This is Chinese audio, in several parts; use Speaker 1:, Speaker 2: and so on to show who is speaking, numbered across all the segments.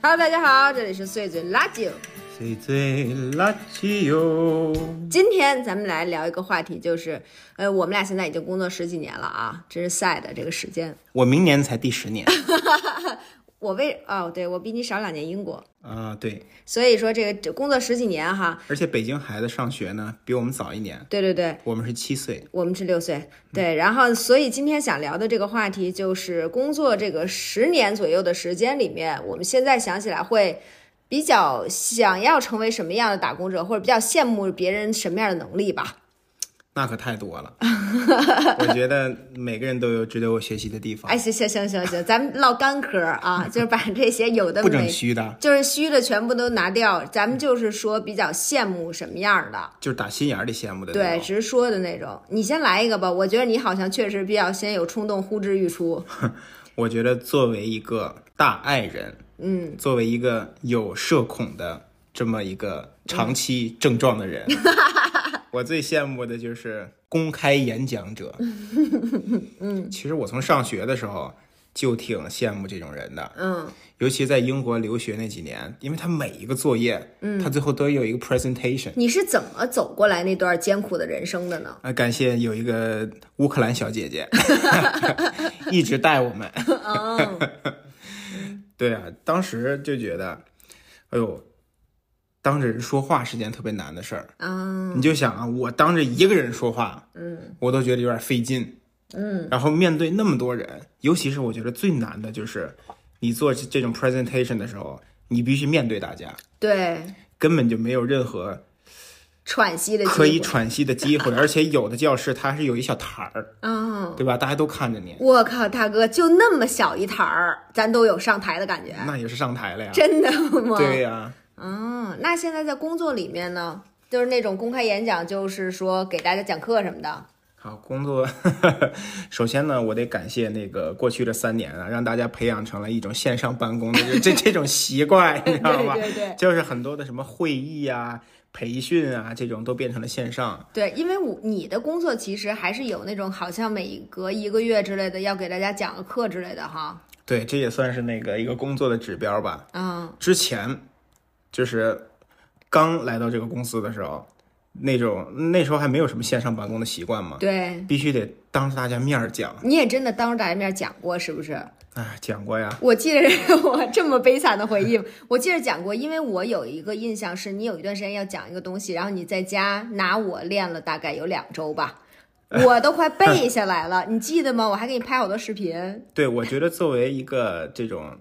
Speaker 1: Hello，大家好，这里是碎嘴垃圾。
Speaker 2: 最最垃圾哟！
Speaker 1: 今天咱们来聊一个话题，就是呃，我们俩现在已经工作十几年了啊，真是 sad 这个时间。
Speaker 2: 我明年才第十年
Speaker 1: 我为哦，对我比你少两年英国，
Speaker 2: 啊、对，
Speaker 1: 所以说这个这工作十几年哈，
Speaker 2: 而且北京孩子上学呢比我们早一年，
Speaker 1: 对对对，
Speaker 2: 我们是七岁。
Speaker 1: 我们是六岁，对，然后所以今天想聊的这个话题就是工作这个十年左右的时间里面，我们现在想起来会比较想要成为什么样的打工者，或者比较羡慕别人什么样的能力吧。
Speaker 2: 那可太多 了，我觉得每个人都有值得我学习的地方
Speaker 1: 哎，，行行行行行，咱们唠干嗑儿啊，就是把这些有的
Speaker 2: 不整
Speaker 1: 没，
Speaker 2: 虚的，
Speaker 1: 就是虚的全部都拿掉，咱们就是说比较羡慕什么样儿的。
Speaker 2: 就是打心眼儿里羡慕的那
Speaker 1: 对，
Speaker 2: 种。
Speaker 1: 直说的那种。你先来一个吧，我觉得你好像确实比较先有冲动，呼之欲出。
Speaker 2: 我觉得作为一个大爱人，嗯，作为一个有社恐的这么一个长期症状的 人，我最羡慕的就是公开演讲者。 嗯，其实我从上学的时候就挺羡慕这种人的，
Speaker 1: 嗯，
Speaker 2: 尤其在英国留学那几年，因为他每一个作业，嗯，他最后都有一个 presentation。
Speaker 1: 你是怎么走过来那段艰苦的人生的呢？
Speaker 2: 啊，感谢有一个乌克兰小姐姐， 一直带我们。对啊，当时就觉得，哎呦，当着人说话是件特别难的事儿。
Speaker 1: 啊，
Speaker 2: 你就想啊，我当着一个人说话，嗯，我都觉得有点费劲，嗯。然后面对那么多人，尤其是我觉得最难的就是，你做这这种 presentation 的时候，你必须面对大家，
Speaker 1: 对，
Speaker 2: 根本就没有任何
Speaker 1: 喘息的机
Speaker 2: 可以
Speaker 1: 会。
Speaker 2: 喘息的机会，而且有的教室它是有一小台儿，
Speaker 1: 嗯，
Speaker 2: 对吧？大家都看着你，
Speaker 1: 我靠，大哥，就那么小一台儿，咱都有上台的感觉，
Speaker 2: 那也是上台了呀。
Speaker 1: 真的吗？
Speaker 2: 对呀、
Speaker 1: 嗯，那现在在工作里面呢，就是那种公开演讲，就是说给大家讲课什么的。
Speaker 2: 好，工作。 首先呢，我得感谢那个过去的三年啊，让大家培养成了一种线上办公的这 这这种习惯， 你知道吧？
Speaker 1: 对对对
Speaker 2: 就是很多的什么会议啊、培训啊，这种都变成了线上。
Speaker 1: 对，因为我你的工作其实还是有那种好像每隔一个月之类的要给大家讲个课之类的哈。
Speaker 2: 对，这也算是那个一个工作的指标吧。
Speaker 1: 嗯，
Speaker 2: 之前就是刚来到这个公司的时候，那种那时候还没有什么线上办公的习惯嘛，
Speaker 1: 对，
Speaker 2: 必须得当着大家面儿讲。
Speaker 1: 你也真的当着大家面讲过是不是？
Speaker 2: 哎，讲过呀。
Speaker 1: 我记得我这么悲惨的回忆， 我记得讲过，因为我有一个印象是你有一段时间要讲一个东西，然后你在家拿我练了大概有两周吧，我都快背下来了， 你记得吗？我还给你拍好多视频。
Speaker 2: 对，我觉得作为一个这种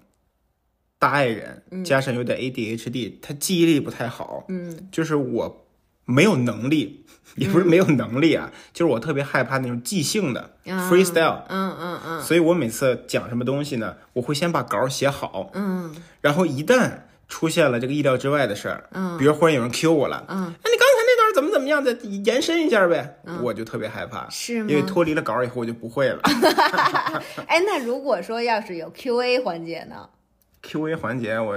Speaker 2: 大爱人，加上有点 ADHD，他记忆力不太好，
Speaker 1: 嗯，
Speaker 2: 就是我没有能力，也不是没有能力啊，就是我特别害怕那种即兴的、
Speaker 1: 啊
Speaker 2: freestyle，
Speaker 1: 嗯嗯嗯
Speaker 2: 所以我每次讲什么东西呢，我会先把稿儿写好，
Speaker 1: 嗯
Speaker 2: 然后一旦出现了这个意料之外的事儿，
Speaker 1: 嗯
Speaker 2: 比如忽然有人 Q 我了，
Speaker 1: 嗯，
Speaker 2: 哎，你刚才那段怎么怎么样，再延伸一下呗，我就特别害怕，
Speaker 1: 是
Speaker 2: 因为
Speaker 1: 吗？
Speaker 2: 脱离了稿儿以后我就不会了。
Speaker 1: 哎，那如果说要是有 Q&A 环节呢？
Speaker 2: Q&A 环节，我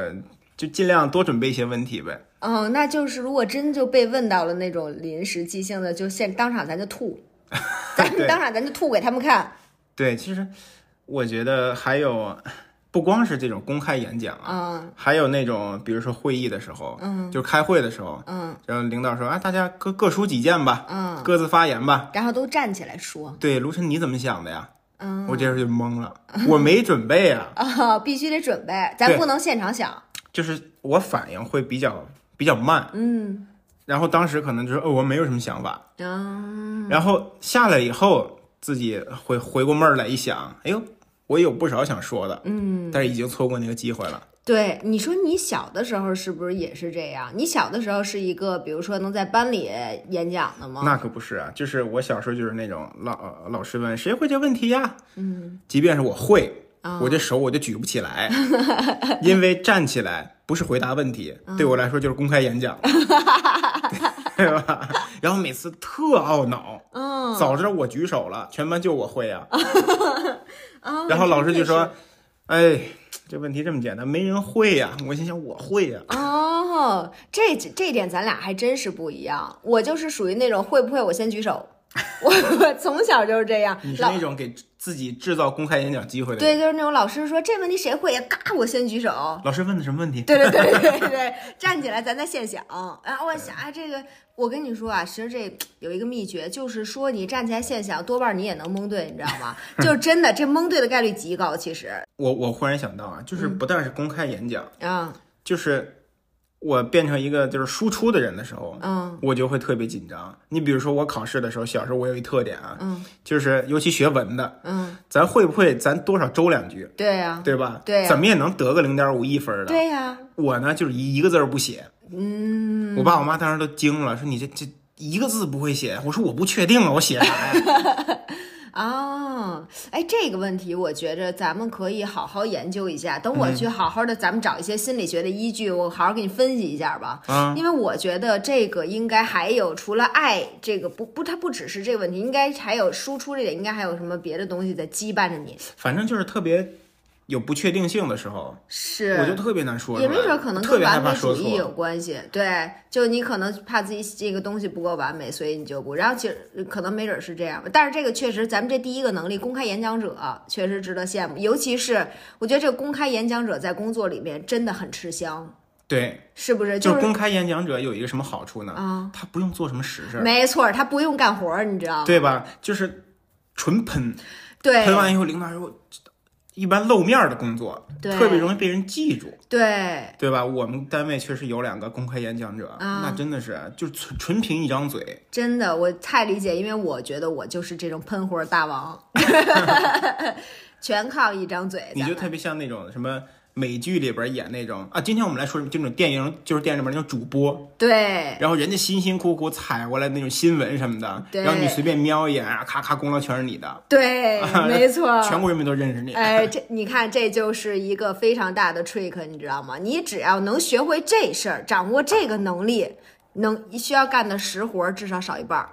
Speaker 2: 就尽量多准备一些问题呗。
Speaker 1: 哦，那就是如果真就被问到了那种临时即兴的，就现当场咱就 吐，咱们
Speaker 2: 对
Speaker 1: 当场咱就吐给他们看。
Speaker 2: 对，其实我觉得还有，不光是这种公开演讲啊，
Speaker 1: 嗯，
Speaker 2: 还有那种比如说会议的时候，嗯，就是开会的时候，
Speaker 1: 嗯，
Speaker 2: 然后领导说啊，大家各各抒己见吧，
Speaker 1: 嗯，
Speaker 2: 各自发言吧。
Speaker 1: 然后都站起来说
Speaker 2: 对，卢晨你怎么想的呀？
Speaker 1: 嗯，
Speaker 2: 我这时候就懵了，我没准备啊，
Speaker 1: 啊、必须得准备，咱
Speaker 2: 对
Speaker 1: 不能现场想。
Speaker 2: 就是我反应会比较比较慢，
Speaker 1: 嗯，
Speaker 2: 然后当时可能就是哦，我没有什么想法，
Speaker 1: 嗯，
Speaker 2: 然后下来以后，自己回回过味儿来一想，哎呦，我有不少想说的，嗯，但是已经错过那个机会了。
Speaker 1: 对，你说你小的时候是不是也是这样？你小的时候是一个，比如说能在班里演讲的吗？
Speaker 2: 那可不是啊，就是我小时候就是那种老呃老师问谁会这问题呀，嗯，即便是我会，
Speaker 1: 啊
Speaker 2: 我这手我就举不起来，因为站起来不是回答问题，
Speaker 1: 啊
Speaker 2: 对我来说就是公开 演讲，对吧？然后每次特懊恼，
Speaker 1: 嗯，
Speaker 2: 早知道我举手了，全班就我 会啊。
Speaker 1: 啊
Speaker 2: 然后老师就
Speaker 1: 真
Speaker 2: 说
Speaker 1: 的是：“
Speaker 2: 哎，这问题这么简单，没人会呀、我心想：“我会呀、
Speaker 1: 哦，这这点咱俩还真是不一样。我就是属于那种会不会我先举手，我我从小就是这样，
Speaker 2: 你是
Speaker 1: 老
Speaker 2: 那种给自己制造公开演讲机会的人。
Speaker 1: 对，就是那种老师说这问题谁会呀，嘎，我先举手。
Speaker 2: 老师问的什么问题？
Speaker 1: 对对对对对对，站起来，咱再现想。然后我想啊，这个我跟你说啊，其实这有一个秘诀，就是说你站起来现想，多半你也能蒙对，你知道吗？就真的这蒙对的概率极高，其实
Speaker 2: 我我忽然想到啊，
Speaker 1: 嗯
Speaker 2: 就是不但是公开演讲，
Speaker 1: 啊
Speaker 2: 就是我变成一个就是输出的人的时候，
Speaker 1: 嗯
Speaker 2: 我就会特别紧张。你比如说我考试的时候，小时候我有一特点啊，
Speaker 1: 嗯
Speaker 2: 就是尤其学文的，
Speaker 1: 嗯，
Speaker 2: 咱会不会咱多少周两句，
Speaker 1: 对呀、
Speaker 2: 对吧？
Speaker 1: 嗯对呀啊
Speaker 2: 怎么也能得个零点五一分的。
Speaker 1: 对呀、
Speaker 2: 我呢就是一一个字儿不写，嗯，我爸我妈当时都惊了，说你这这一个字不会写，我说我不确定啊，我写啥呀？
Speaker 1: 啊，哎，这个问题我觉着咱们可以好好研究一下。等
Speaker 2: 嗯
Speaker 1: 我去好好的，咱们找一些心理学的依据，我好好给你分析一下吧。
Speaker 2: 啊
Speaker 1: 因为我觉得这个应该还有除了爱这个不不，它不只是这个问题，应该还有输出这点，应该还有什么别的东西在羁绊着你。
Speaker 2: 反正就是特别有不确定性的时候，
Speaker 1: 是，
Speaker 2: 我就特别难说出
Speaker 1: 也
Speaker 2: 来，
Speaker 1: 没准儿可能
Speaker 2: 特
Speaker 1: 跟
Speaker 2: 别害
Speaker 1: 完
Speaker 2: 怕
Speaker 1: 美
Speaker 2: 说
Speaker 1: 主义有
Speaker 2: 错。
Speaker 1: 关系，对，就你可能怕自己这个东西不够完美，所以你就不，然后其实可能没准儿是这样吧，但是这个确实，咱们这第一个能力，公开演讲者确实值得羡慕，尤其是我觉得这个公开演讲者在工作里面真的很吃香，
Speaker 2: 对，
Speaker 1: 是不是？
Speaker 2: 就是公开演讲者有一个什么好处呢？
Speaker 1: 啊
Speaker 2: 他不用做什么实事儿，
Speaker 1: 没错儿，他不用干活儿，你知道吗？
Speaker 2: 对吧？就是纯喷，
Speaker 1: 对
Speaker 2: 喷完以后，领导说，一般露面儿的工作
Speaker 1: 对
Speaker 2: 特别容易被人记住，
Speaker 1: 对，
Speaker 2: 对吧？我们单位确实有两个公开演讲者，
Speaker 1: 啊
Speaker 2: 那真的是就纯纯凭一张嘴，
Speaker 1: 真的，我太理解，因为我觉得我就是这种喷火大王， 全靠一张嘴。
Speaker 2: 你
Speaker 1: 哎咱
Speaker 2: 就
Speaker 1: 们
Speaker 2: 特别像那种什么。美剧里边演那种啊，今天我们来说这种电影，就是电影里面那种主播，
Speaker 1: 对
Speaker 2: 然后人家辛辛苦苦采过来那种新闻什么的，
Speaker 1: 对
Speaker 2: 然后你随便瞄一眼啊，咔咔，功劳全是你的，
Speaker 1: 对，没错，
Speaker 2: 全国人民都认识你。
Speaker 1: 啊哎，这你看，这就是一个非常大的 trick，你知道吗？你只要能学会这事儿，掌握这个能力，能需要干的实活儿至少少一半儿。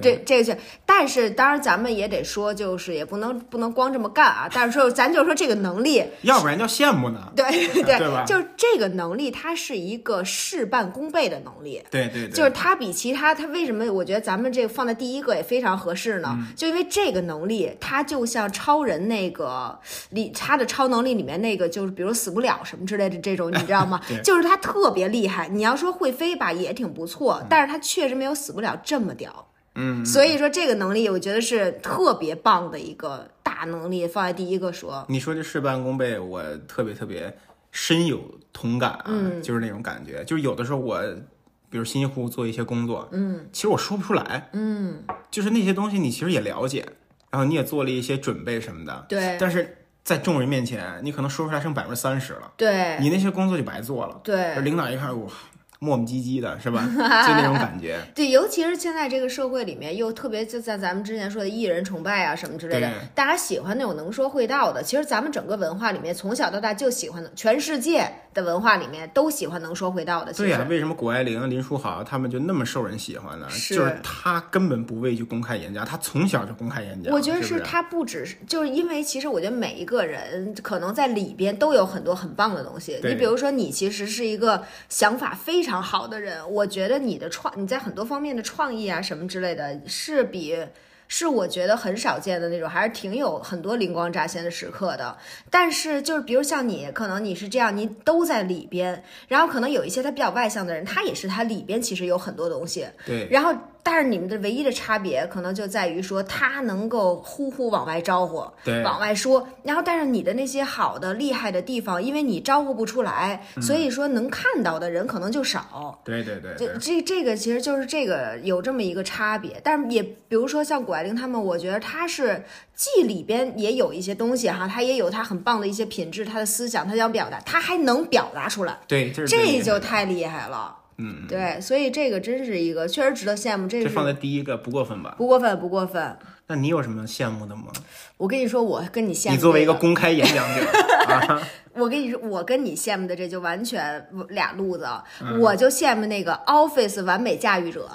Speaker 1: 这这个是，但是当然咱们也得说，就是也不能 不能光这么干啊。但是说咱就说这个能力，
Speaker 2: 要不然叫羡慕呢。
Speaker 1: 对
Speaker 2: 对吧
Speaker 1: 就是这个能力，它是一个事半功倍的能力。
Speaker 2: 对对对，
Speaker 1: 就是它比其他，它为什么我觉得咱们这个放在第一个也非常合适呢？
Speaker 2: 嗯
Speaker 1: 就因为这个能力，它就像超人那个里他的超能力里面那个，就是比如死不了什么之类的这种，你知道吗
Speaker 2: 对？
Speaker 1: 就是他特别厉害。你要说会飞吧，也挺不错，但是他确实没有死不了这么屌。
Speaker 2: 嗯，
Speaker 1: 所以说这个能力，我觉得是特别棒的一个大能力，放在第一个说。
Speaker 2: 你说这事半功倍，我特别特别深有同感啊，
Speaker 1: 嗯
Speaker 2: 就是那种感觉，就是有的时候我，比如辛辛苦苦做一些工作，嗯，其实我说不出来，嗯，就是那些东西你其实也了解，然后你也做了一些准备什么的，
Speaker 1: 对
Speaker 2: 但是在众人面前，你可能说出来剩百分之三十了，
Speaker 1: 对
Speaker 2: 你那些工作就白做了，
Speaker 1: 对
Speaker 2: 领导一看哇，磨磨唧唧的是吧， 就那种感觉，
Speaker 1: 对，尤其是现在这个社会里面，又特别就像咱们之前说的艺人崇拜啊什么之类的
Speaker 2: 对，
Speaker 1: 大家喜欢那种能说会道的。其实咱们整个文化里面，从小到大就喜欢，全世界的文化里面都喜欢能说会道的。其
Speaker 2: 对呀、
Speaker 1: 实
Speaker 2: 为什么谷爱凌、林书豪他们就那么受人喜欢呢？
Speaker 1: 是
Speaker 2: 就是他根本不畏惧公开演讲，他从小就公开演讲。
Speaker 1: 我觉得
Speaker 2: 是
Speaker 1: 是
Speaker 2: 不是啊
Speaker 1: 他不只是，就是因为其实我觉得每一个人可能在里边都有很多很棒的东西。
Speaker 2: 对
Speaker 1: 你比如说，你其实是一个想法非常好的人，我觉得你的创你在很多方面的创意啊什么之类的，是比。是我觉得很少见的那种，还是挺有很多灵光乍现的时刻的。但是就是比如像你，可能你是这样，你都在里边，然后可能有一些他比较外向的人，他也是他里边其实有很多东西，
Speaker 2: 对
Speaker 1: 然后，但是你们的唯一的差别可能就在于说，他能够呼呼往外招呼，
Speaker 2: 对
Speaker 1: 往外说。然后，但是你的那些好的、厉害的地方，因为你招呼不出来，
Speaker 2: 嗯
Speaker 1: 所以说能看到的人可能就少。
Speaker 2: 对对对
Speaker 1: 这
Speaker 2: 对，
Speaker 1: 这这个其实就是这个有这么一个差别，但是也比如说像谷爱凌他们，我觉得她是既里边也有一些东西哈，她也有她很棒的一些品质，她的思想，她想表达，她还能表达出来，
Speaker 2: 对，这是最
Speaker 1: 这
Speaker 2: 厉害
Speaker 1: 就
Speaker 2: 的
Speaker 1: 太厉害了。
Speaker 2: 嗯，
Speaker 1: 对，所以这个真是一个确实值得羡慕，这
Speaker 2: 这
Speaker 1: 是
Speaker 2: 放在第一个不过分吧？
Speaker 1: 不过分，不过分。
Speaker 2: 那你有什么羡慕的吗？
Speaker 1: 我跟你说，我跟你羡慕
Speaker 2: 你作为一
Speaker 1: 这
Speaker 2: 个公开演讲者 啊，
Speaker 1: 我跟你说，我跟你羡慕的这就完全俩路子。啊
Speaker 2: 嗯
Speaker 1: 我就羡慕那个 Office 完美驾驭者，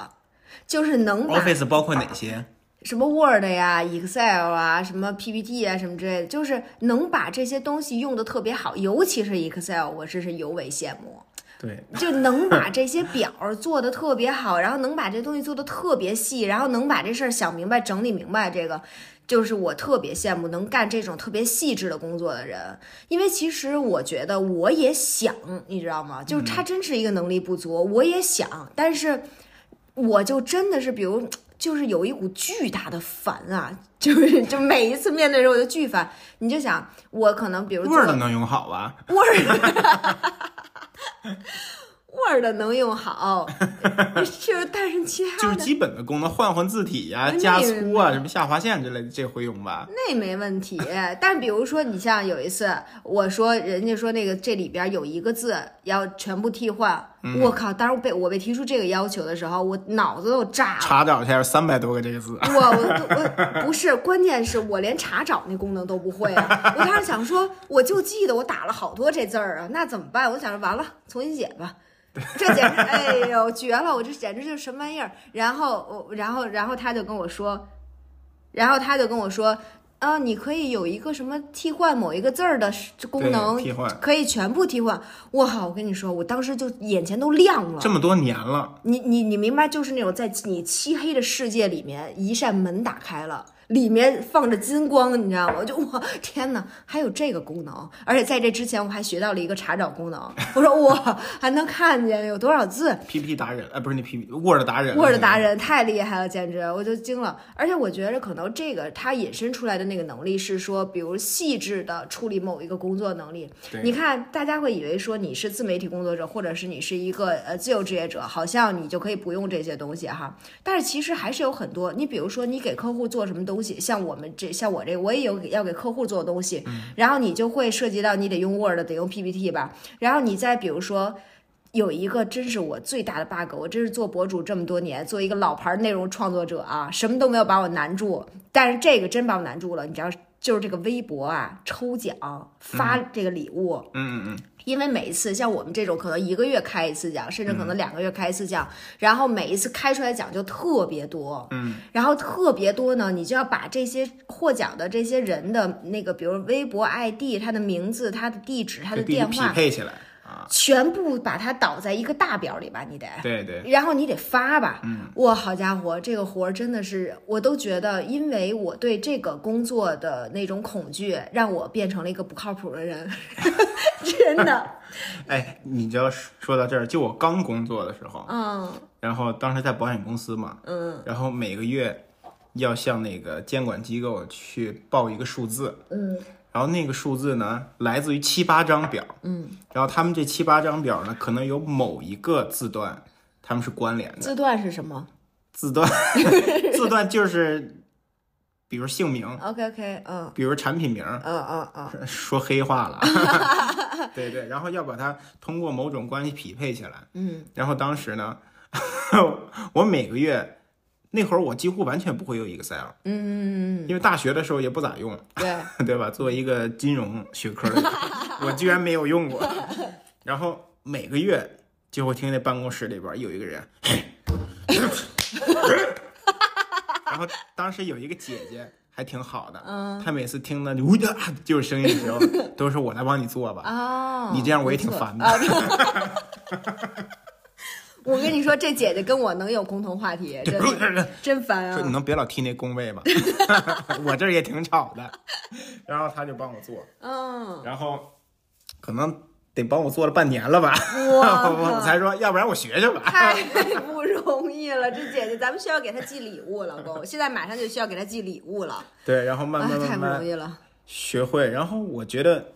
Speaker 1: 就是能把
Speaker 2: ，Office 包括哪些？
Speaker 1: 什么 Word 呀、Excel 啊、什么 PPT 啊、什么之类的，就是能把这些东西用的特别好，尤其是 Excel，我真是尤为羡慕。
Speaker 2: 对，
Speaker 1: 就能把这些表儿做得特别好，然后能把这东西做得特别细，然后能把这事儿想明白、整理明白，这个就是我特别羡慕能干这种特别细致的工作的人。因为其实我觉得我也想，你知道吗？就是他真是一个能力不足，我也想，但是我就真的是，比如就是有一股巨大的烦啊， 就是就每一次面对的时候我就巨烦。你就想，我可能比如做
Speaker 2: Word 能用好吧？
Speaker 1: Word 能用好，就但是其他
Speaker 2: 就
Speaker 1: 的
Speaker 2: 是基本的功能，换换字体呀、
Speaker 1: 那个
Speaker 2: 加粗啊、什么下划线之类的，这会用吧？
Speaker 1: 那没问题。但比如说，你像有一次我说人家说那个这里边有一个字要全部替换，我靠！当时被我被提出这个要求的时候，我脑子都炸了。
Speaker 2: 查找一下，三百多个这个字。
Speaker 1: 我我我不是，关键是我连查找那功能都不会啊！我当时想说，我就记得我打了好多这字儿啊，那怎么办？我想着完了，重新写吧。这简直，哎呦，绝了！我这简直就是什么玩意儿？然后我，然后，然后他就跟我说，然后他就跟我说，啊，你可以有一个什么替换某一个字儿的功
Speaker 2: 对
Speaker 1: 能，
Speaker 2: 替换
Speaker 1: 可以全部替换。哇，我跟你说，我当时就眼前都亮了。
Speaker 2: 这么多年了，
Speaker 1: 你你你明白，就是那种在你漆黑的世界里面，一扇门打开了，里面放着金光，你知道吗？我就我天哪，还有这个功能！而且在这之前，我还学到了一个查找功能。我说哇，还能看见有多少字
Speaker 2: PPT 达人，哎，不是那 PPT Word 达人啊
Speaker 1: ，Word 达。人太厉害了，简直我就惊了。而且我觉得可能这个它引申出来的那个能力是说，比如细致的处理某一个工作能力，
Speaker 2: 对
Speaker 1: 你看，大家会以为说你是自媒体工作者，或者是你是一个呃自由职业者，好像你就可以不用这些东西哈。但是其实还是有很多，你比如说你给客户做什么东西，像我们这像我这个，我也有给要给客户做东西，
Speaker 2: 嗯
Speaker 1: 然后你就会涉及到你得用 Word，得用 PPT 吧，然后你再比如说。有一个真是我最大的 bug，我真是做博主这么多年，做一个老牌内容创作者啊，什么都没有把我难住，但是这个真把我难住了。你知道，就是这个微博啊，抽奖发这个礼物，
Speaker 2: 嗯嗯嗯，
Speaker 1: 因为每一次像我们这种可能一个月开一次奖，甚至可能两个月开一次奖，然后每一次开出来奖就特别多，嗯，然后特别多呢，你就要把这些获奖的这些人的那个，比如微博 ID、他的名字、他的地址、他的
Speaker 2: 给
Speaker 1: 电
Speaker 2: 匹
Speaker 1: 话，
Speaker 2: 配起来啊。
Speaker 1: 全部把它导在一个大表里吧，你得。
Speaker 2: 对对，
Speaker 1: 然后你得发吧，哇，好家伙，这个活儿真的是，我都觉得，因为我对这个工作的那种恐惧，让我变成了一个不靠谱的人，真的，
Speaker 2: 哎，你知道说到这儿，就我刚工作的时候，
Speaker 1: 嗯。
Speaker 2: 然后当时在保险公司嘛，
Speaker 1: 嗯
Speaker 2: 然后每个月要向那个监管机构去报一个数字，
Speaker 1: 嗯
Speaker 2: 然后那个数字呢来自于七八张表，
Speaker 1: 嗯，
Speaker 2: 然后他们这七八张表呢，可能有某一个字段他们是关联的，
Speaker 1: 字段是什么
Speaker 2: 字段字段就是，比如姓名，
Speaker 1: ？OK OK，嗯
Speaker 2: 比如产品名儿，
Speaker 1: 嗯嗯嗯，
Speaker 2: 说黑话了，对对，然后要把它通过某种关系匹配起来。
Speaker 1: 嗯，
Speaker 2: 然后当时呢， 我每个月那会儿我几乎完全不会用 Excel，
Speaker 1: 嗯嗯嗯，
Speaker 2: 因为大学的时候也不咋用，
Speaker 1: 对，
Speaker 2: 对吧？作为一个金融学科的人，我居然没有用 过。然后每个月就会听那办公室里边有一个人， 然后当时有一个姐姐还挺好的，
Speaker 1: 嗯
Speaker 2: 她每次听到呜的就是声音的时候，都说我来帮你做吧。
Speaker 1: 哦，
Speaker 2: 你这样我也挺烦的
Speaker 1: 不错。啊我跟你说，这姐姐跟我能有共同话题，真的真烦
Speaker 2: 说你
Speaker 1: 啊！
Speaker 2: 能别老踢那工位吗？ 我这儿也挺吵的。然后她就帮我做，
Speaker 1: 嗯，
Speaker 2: 然后可能得帮我做了半年了吧，
Speaker 1: 哇
Speaker 2: 我才说要不然我学学吧。
Speaker 1: 太不容易了，这姐姐，咱们需要给她寄礼物，老公，现在马上就需要给她寄礼物了，
Speaker 2: 对，然后慢
Speaker 1: 啊，
Speaker 2: 慢
Speaker 1: 太
Speaker 2: 慢
Speaker 1: 不容
Speaker 2: 慢
Speaker 1: 易了，
Speaker 2: 学会。然后我觉得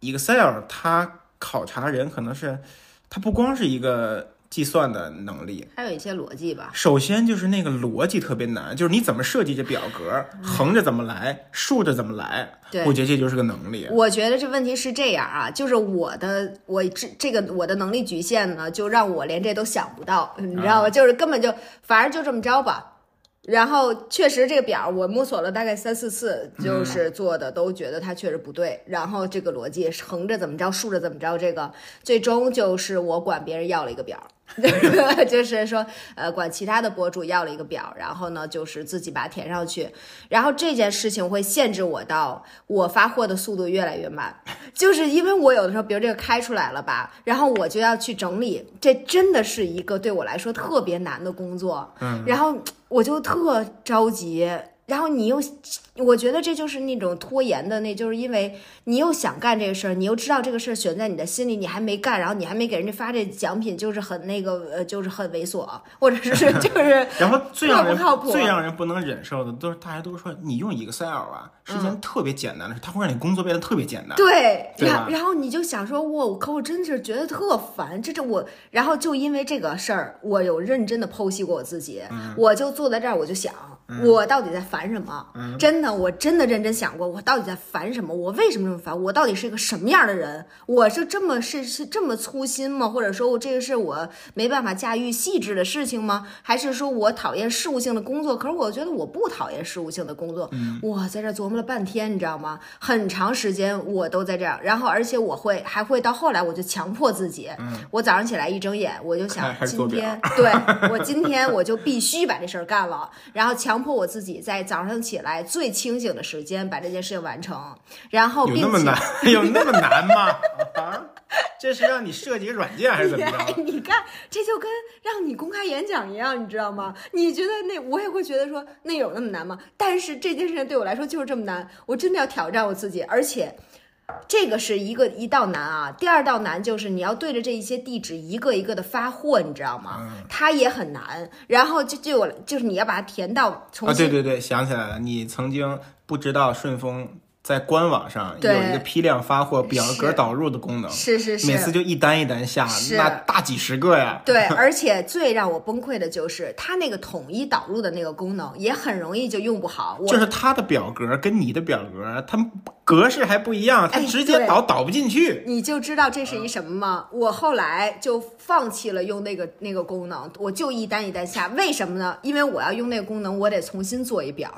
Speaker 2: Excel 它考察人可能是，它不光是一个计算的能力，
Speaker 1: 还有一些逻辑吧，
Speaker 2: 首先就是那个逻辑特别难，就是你怎么设计这表格，横着怎么来，竖着怎么来。
Speaker 1: 对
Speaker 2: 我觉得这就是个能力。
Speaker 1: 我觉得这问题是这样啊，就是我的我这这个我的能力局限呢，就让我连这都想不到，你知道吗？就是根本就反正就这么着吧。然后确实这个表我摸索了大概三四次，就是做的都觉得它确实不对。然后这个逻辑横着怎么着，竖着怎么着，这个最终就是我管别人要了一个表， 就是说，呃，管其他的博主要了一个表，然后呢，就是自己把它填上去，然后这件事情会限制我到我发货的速度越来越慢， 就是因为我有的时候，比如这个开出来了吧，然后我就要去整理，这真的是一个对我来说特别难的工作，嗯，然后我就特着急。然后你又，我觉得这就是那种拖延的，那就是因为你又想干这个事儿，你又知道这个事儿悬在你的心里，你还没干，然后你还没给人家发这奖品，就是很那个，呃，就是很猥琐，或者是 就是
Speaker 2: 然后最让人
Speaker 1: 不靠谱
Speaker 2: 最让人不能忍受的，都是大家都说你用 Excel 啊是一
Speaker 1: 嗯
Speaker 2: 件特别简单的事，它会让你工作变得特别简单。
Speaker 1: 对，
Speaker 2: 对
Speaker 1: 然
Speaker 2: 吧
Speaker 1: 然后你就想说，我可我真的是觉得特烦，这这我，然后就因为这个事儿，我有认真的剖析过我自己，我就坐在这儿，我就想，我到底在烦什么？真的，我真的认真想过，我到底在烦什么？我为什么这么烦？我到底是一个什么样的人？我是这么是是这么粗心吗？或者说我这个是我没办法驾驭细致的事情吗？还是说我讨厌事务性的工作？可是我觉得我不讨厌事务性的工作，
Speaker 2: 嗯
Speaker 1: 我在这琢磨了半天，你知道吗？很长时间我都在这样，然后而且我会还会到后来我就强迫自己，我早上起来一睁眼我就想
Speaker 2: 嗯还还是
Speaker 1: 今
Speaker 2: 做表
Speaker 1: 天对 我今天我就必须把这事儿干了，然后强迫我自己在早上起来最清醒的时间把这件事情完成，然后
Speaker 2: 有
Speaker 1: 哦并
Speaker 2: 那么
Speaker 1: 且
Speaker 2: 难？ 有那么难吗？啊，这是让你设计个软件还是怎 么
Speaker 1: 哎
Speaker 2: 着？啊
Speaker 1: 你看，这就跟让你公开演讲一样，你知道吗？你觉得那我也会觉得说那有那么难吗？但是这件事情对我来说就是这么难，我真的要挑战我自己，而且。这个是一个一道难啊，第二道难就是你要对着这一些地址一个一个的发货，你知道吗？
Speaker 2: 嗯
Speaker 1: 它也很难。然后就对我来就是你要把它填到重
Speaker 2: 啊，
Speaker 1: 新
Speaker 2: 对对对，想起来了，你曾经不知道顺丰在官网上有
Speaker 1: 对
Speaker 2: 一个批量发货表格
Speaker 1: 是
Speaker 2: 导入的功能，
Speaker 1: 是是是，
Speaker 2: 每次就一单一单下
Speaker 1: 是，
Speaker 2: 那大几十个呀。
Speaker 1: 对，而且最让我崩溃的就是它那个统一导入的那个功能也很容易就用不好。我
Speaker 2: 就是他的表格跟你的表格，他们格式还不一样，他
Speaker 1: 哎
Speaker 2: 直接
Speaker 1: 对
Speaker 2: 导导不进去。
Speaker 1: 你就知道这是一什么吗？我后来就放弃了用那个那个功能，我就一单一单下。为什么呢？因为我要用那个功能，我得重新做一表。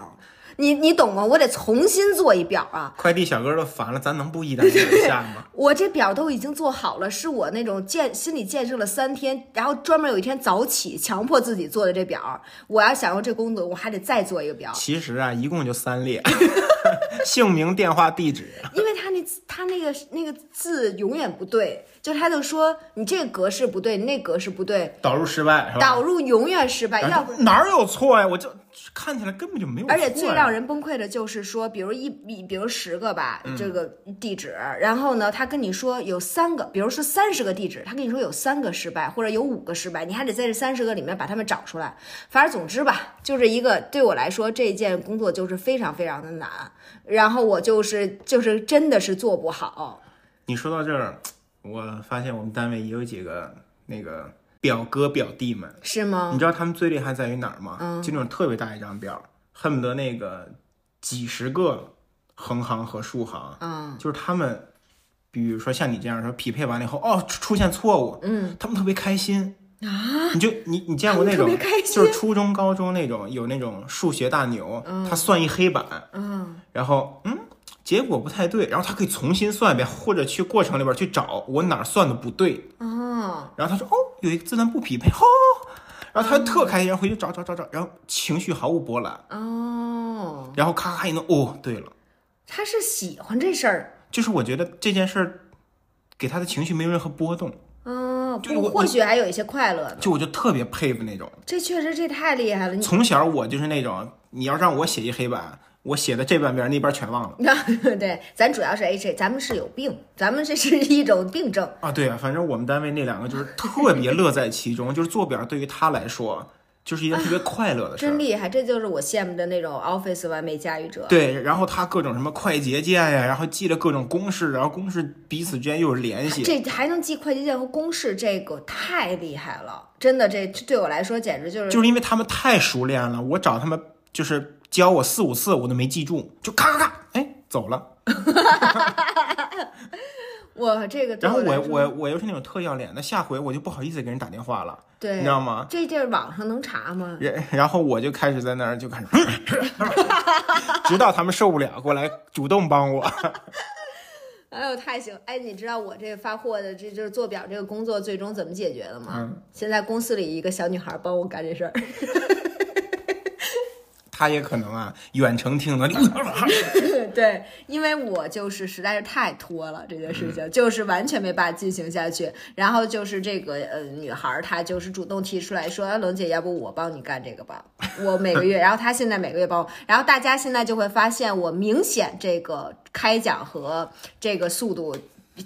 Speaker 1: 你你懂吗？我得重新做一表啊！
Speaker 2: 快递小哥都烦了，咱能不一单一单下吗？
Speaker 1: 我这表都已经做好了，是我那种建心理建设了三天，然后专门有一天早起强迫自己做的这表。我要想用这功能，我还得再做一个表。
Speaker 2: 其实啊，一共就三列， 姓名、电话、地址。
Speaker 1: 因为他那他那个那个字永远不对，就他就说你这个格式不对，你那格式不对，
Speaker 2: 导入失败是吧？
Speaker 1: 导入永远失败，哎要
Speaker 2: 然后哪有错呀、我就看起来根本就没有错
Speaker 1: 而
Speaker 2: 呀、
Speaker 1: 且最让人崩溃的就是说，比如一比，比如十个吧，
Speaker 2: 嗯
Speaker 1: 这个地址，然后呢，他跟你说有三个，比如说三十个地址，他跟你说有三个失败，或者有五个失败，你还得在这三十个里面把他们找出来。反正总之吧，就是一个对我来说这件工作就是非常非常的难，然后我就是就是真的是做不好。
Speaker 2: 你说到这儿，我发现我们单位也有几个那个表哥表弟们，
Speaker 1: 是吗
Speaker 2: 你？知道他们最厉害在于哪儿吗？
Speaker 1: 嗯
Speaker 2: 就那种特别大一张表，恨不得那个几十个横行和竖行，
Speaker 1: 嗯，
Speaker 2: 就是他们，比如说像你这样说匹配完了以后，哦，出出现错误，嗯，他们特别开心啊！你就你你见过那
Speaker 1: 他
Speaker 2: 种
Speaker 1: 们特别开心
Speaker 2: 就是初中高中那种有那种数学大牛，他算一黑板，嗯，然后嗯。结果不太对，然后他可以重新算一遍，或者去过程里边去找我哪儿算的不对，
Speaker 1: 哦，
Speaker 2: 然后他说哦，有一个字段不匹配，哦，然后他就特开心，然后回去找找找找，然后情绪毫无波澜，
Speaker 1: 哦，
Speaker 2: 然后咔咔一弄，哦，对了，
Speaker 1: 他是喜欢这事儿。
Speaker 2: 就是我觉得这件事儿给他的情绪没有任何波动，
Speaker 1: 哦，
Speaker 2: 就是我
Speaker 1: 不，或许还有一些快乐呢。
Speaker 2: 就我就特别佩服那种，
Speaker 1: 这确实，这太厉害了！你
Speaker 2: 从小我就是那种，你要让我写一黑板，我写的这半边儿那边儿全忘了
Speaker 1: 那 对，咱主要是 H，咱们是有病，咱们这是一种病症。
Speaker 2: 啊，对啊，反正我们单位那两个就是特别乐在其中，就是做表对于他来说就是一件特别快乐的事儿
Speaker 1: 真。厉害，这就是我羡慕的那种 Office 完美驾驭者。
Speaker 2: 对，然后他各种什么快捷键呀，然后记了各种公式，然后公式彼此之间又有联系，
Speaker 1: 这还能记快捷键和公式，这个太厉害了！真的，这这对我来说简直就是
Speaker 2: 就是因为他们太熟练了，我找他们就是教我四五次，我都没记住，就咔咔咔，哎，走了。
Speaker 1: 我这个对
Speaker 2: 然后
Speaker 1: 来
Speaker 2: 我
Speaker 1: 说。
Speaker 2: 我我又是那种特要脸的，下回我就不好意思给人打电话了，你
Speaker 1: 对
Speaker 2: 知，道吗？
Speaker 1: 这地儿网上能查吗？
Speaker 2: 然然后我就开始在那儿就开始 ，直到他们受不了过来主动帮我。
Speaker 1: 哎呦，太行！哎，你知道我这发货的这就是做表这个工作最终怎么解决的吗？
Speaker 2: 嗯
Speaker 1: 现在公司里一个小女孩帮我干这事儿，
Speaker 2: 他也可能啊，远程听的，
Speaker 1: 对，因为我就是实在是太拖了这件事情，就是完全没办法进行下去。然后就是这个呃女孩儿，她就是主动提出来说，啊冷姐，要不我帮你干这个吧，我每个月。然后她现在每个月帮我，然后大家现在就会发现我明显这个开奖和这个速度。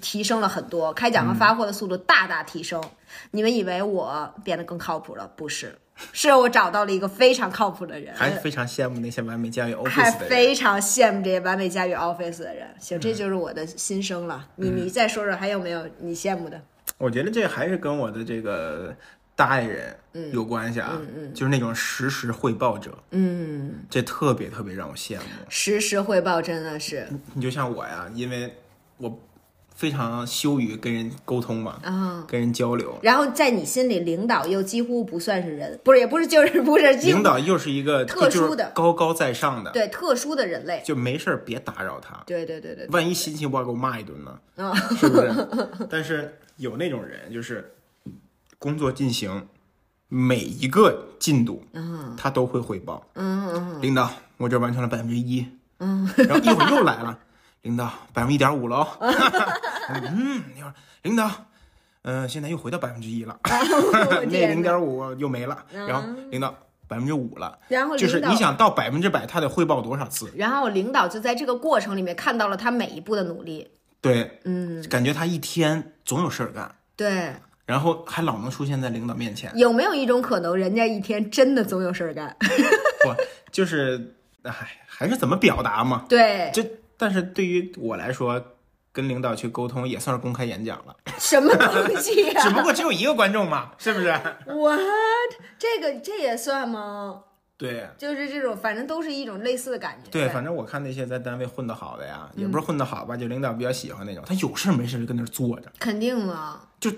Speaker 1: 提升了很多，开奖和发货的速度大大提升。你们以为我变得更靠谱了？不是，是我找到了一个非常靠谱的人，
Speaker 2: 还非常羡慕那些完美驾驭
Speaker 1: 还
Speaker 2: Office 的人。嗯
Speaker 1: 非常羡慕这些完美驾驭 Office 的人。行，这就是我的心声了。你你再说说，还有没有你羡慕的？
Speaker 2: 我觉得这还是跟我的这个大爱人有关系啊，就是那种实时汇报者，
Speaker 1: 嗯，
Speaker 2: 这特别特别让我羡慕。
Speaker 1: 实时汇报真的是
Speaker 2: 你就像我呀，因为我非常羞于跟人沟通嘛，
Speaker 1: 啊。
Speaker 2: 跟人交流。
Speaker 1: 然后在你心里，领导又几乎不算是人，不是也不是就是不是几乎
Speaker 2: 领导又是一个
Speaker 1: 特殊
Speaker 2: 就是
Speaker 1: 的
Speaker 2: 高高在上的，
Speaker 1: 对特殊的人类。
Speaker 2: 就没事儿别打扰他。
Speaker 1: 对对对对，
Speaker 2: 万一心情不好给我骂一顿呢？
Speaker 1: 啊
Speaker 2: 是 不是？但是有那种人，就是工作进行每一个进度，
Speaker 1: 嗯
Speaker 2: 他都会汇报。嗯，领导，我这完成了百分之一。嗯，然后一会儿又来了，领导百分之一点五 了哦。嗯，一会儿领导。嗯、现在又回到百分之 一了，
Speaker 1: 我
Speaker 2: 那
Speaker 1: 天哪嗯
Speaker 2: 零点五又没了，然后领导百分之五了，
Speaker 1: 然后
Speaker 2: 就是
Speaker 1: 领导
Speaker 2: 你，想到百分之百，他得汇报多少次？
Speaker 1: 然后领导就在这个过程里面看到了他每一步的努力。
Speaker 2: 对，
Speaker 1: 嗯，
Speaker 2: 感觉他一天总有事儿干，
Speaker 1: 对，，
Speaker 2: 然后还老能出现在领导面前
Speaker 1: 有没有一种可能，人家一天真的总有事儿干？
Speaker 2: 不就是，哎，还是怎么表达嘛？
Speaker 1: 对，
Speaker 2: 这但是对于我来说，跟领导去沟通也算是公开演讲了，
Speaker 1: 什么东西 呀、
Speaker 2: 只不过只有一个观众嘛，是不是？
Speaker 1: What？这个这也算吗？
Speaker 2: 对。
Speaker 1: 就是这种，反正都是一种类似的感觉。
Speaker 2: 对，反正我看那些在单位混得好的呀，也不是混得好吧，就领导比较喜欢那种，他有事儿没事儿就跟那儿坐着，
Speaker 1: 肯定啊，
Speaker 2: 就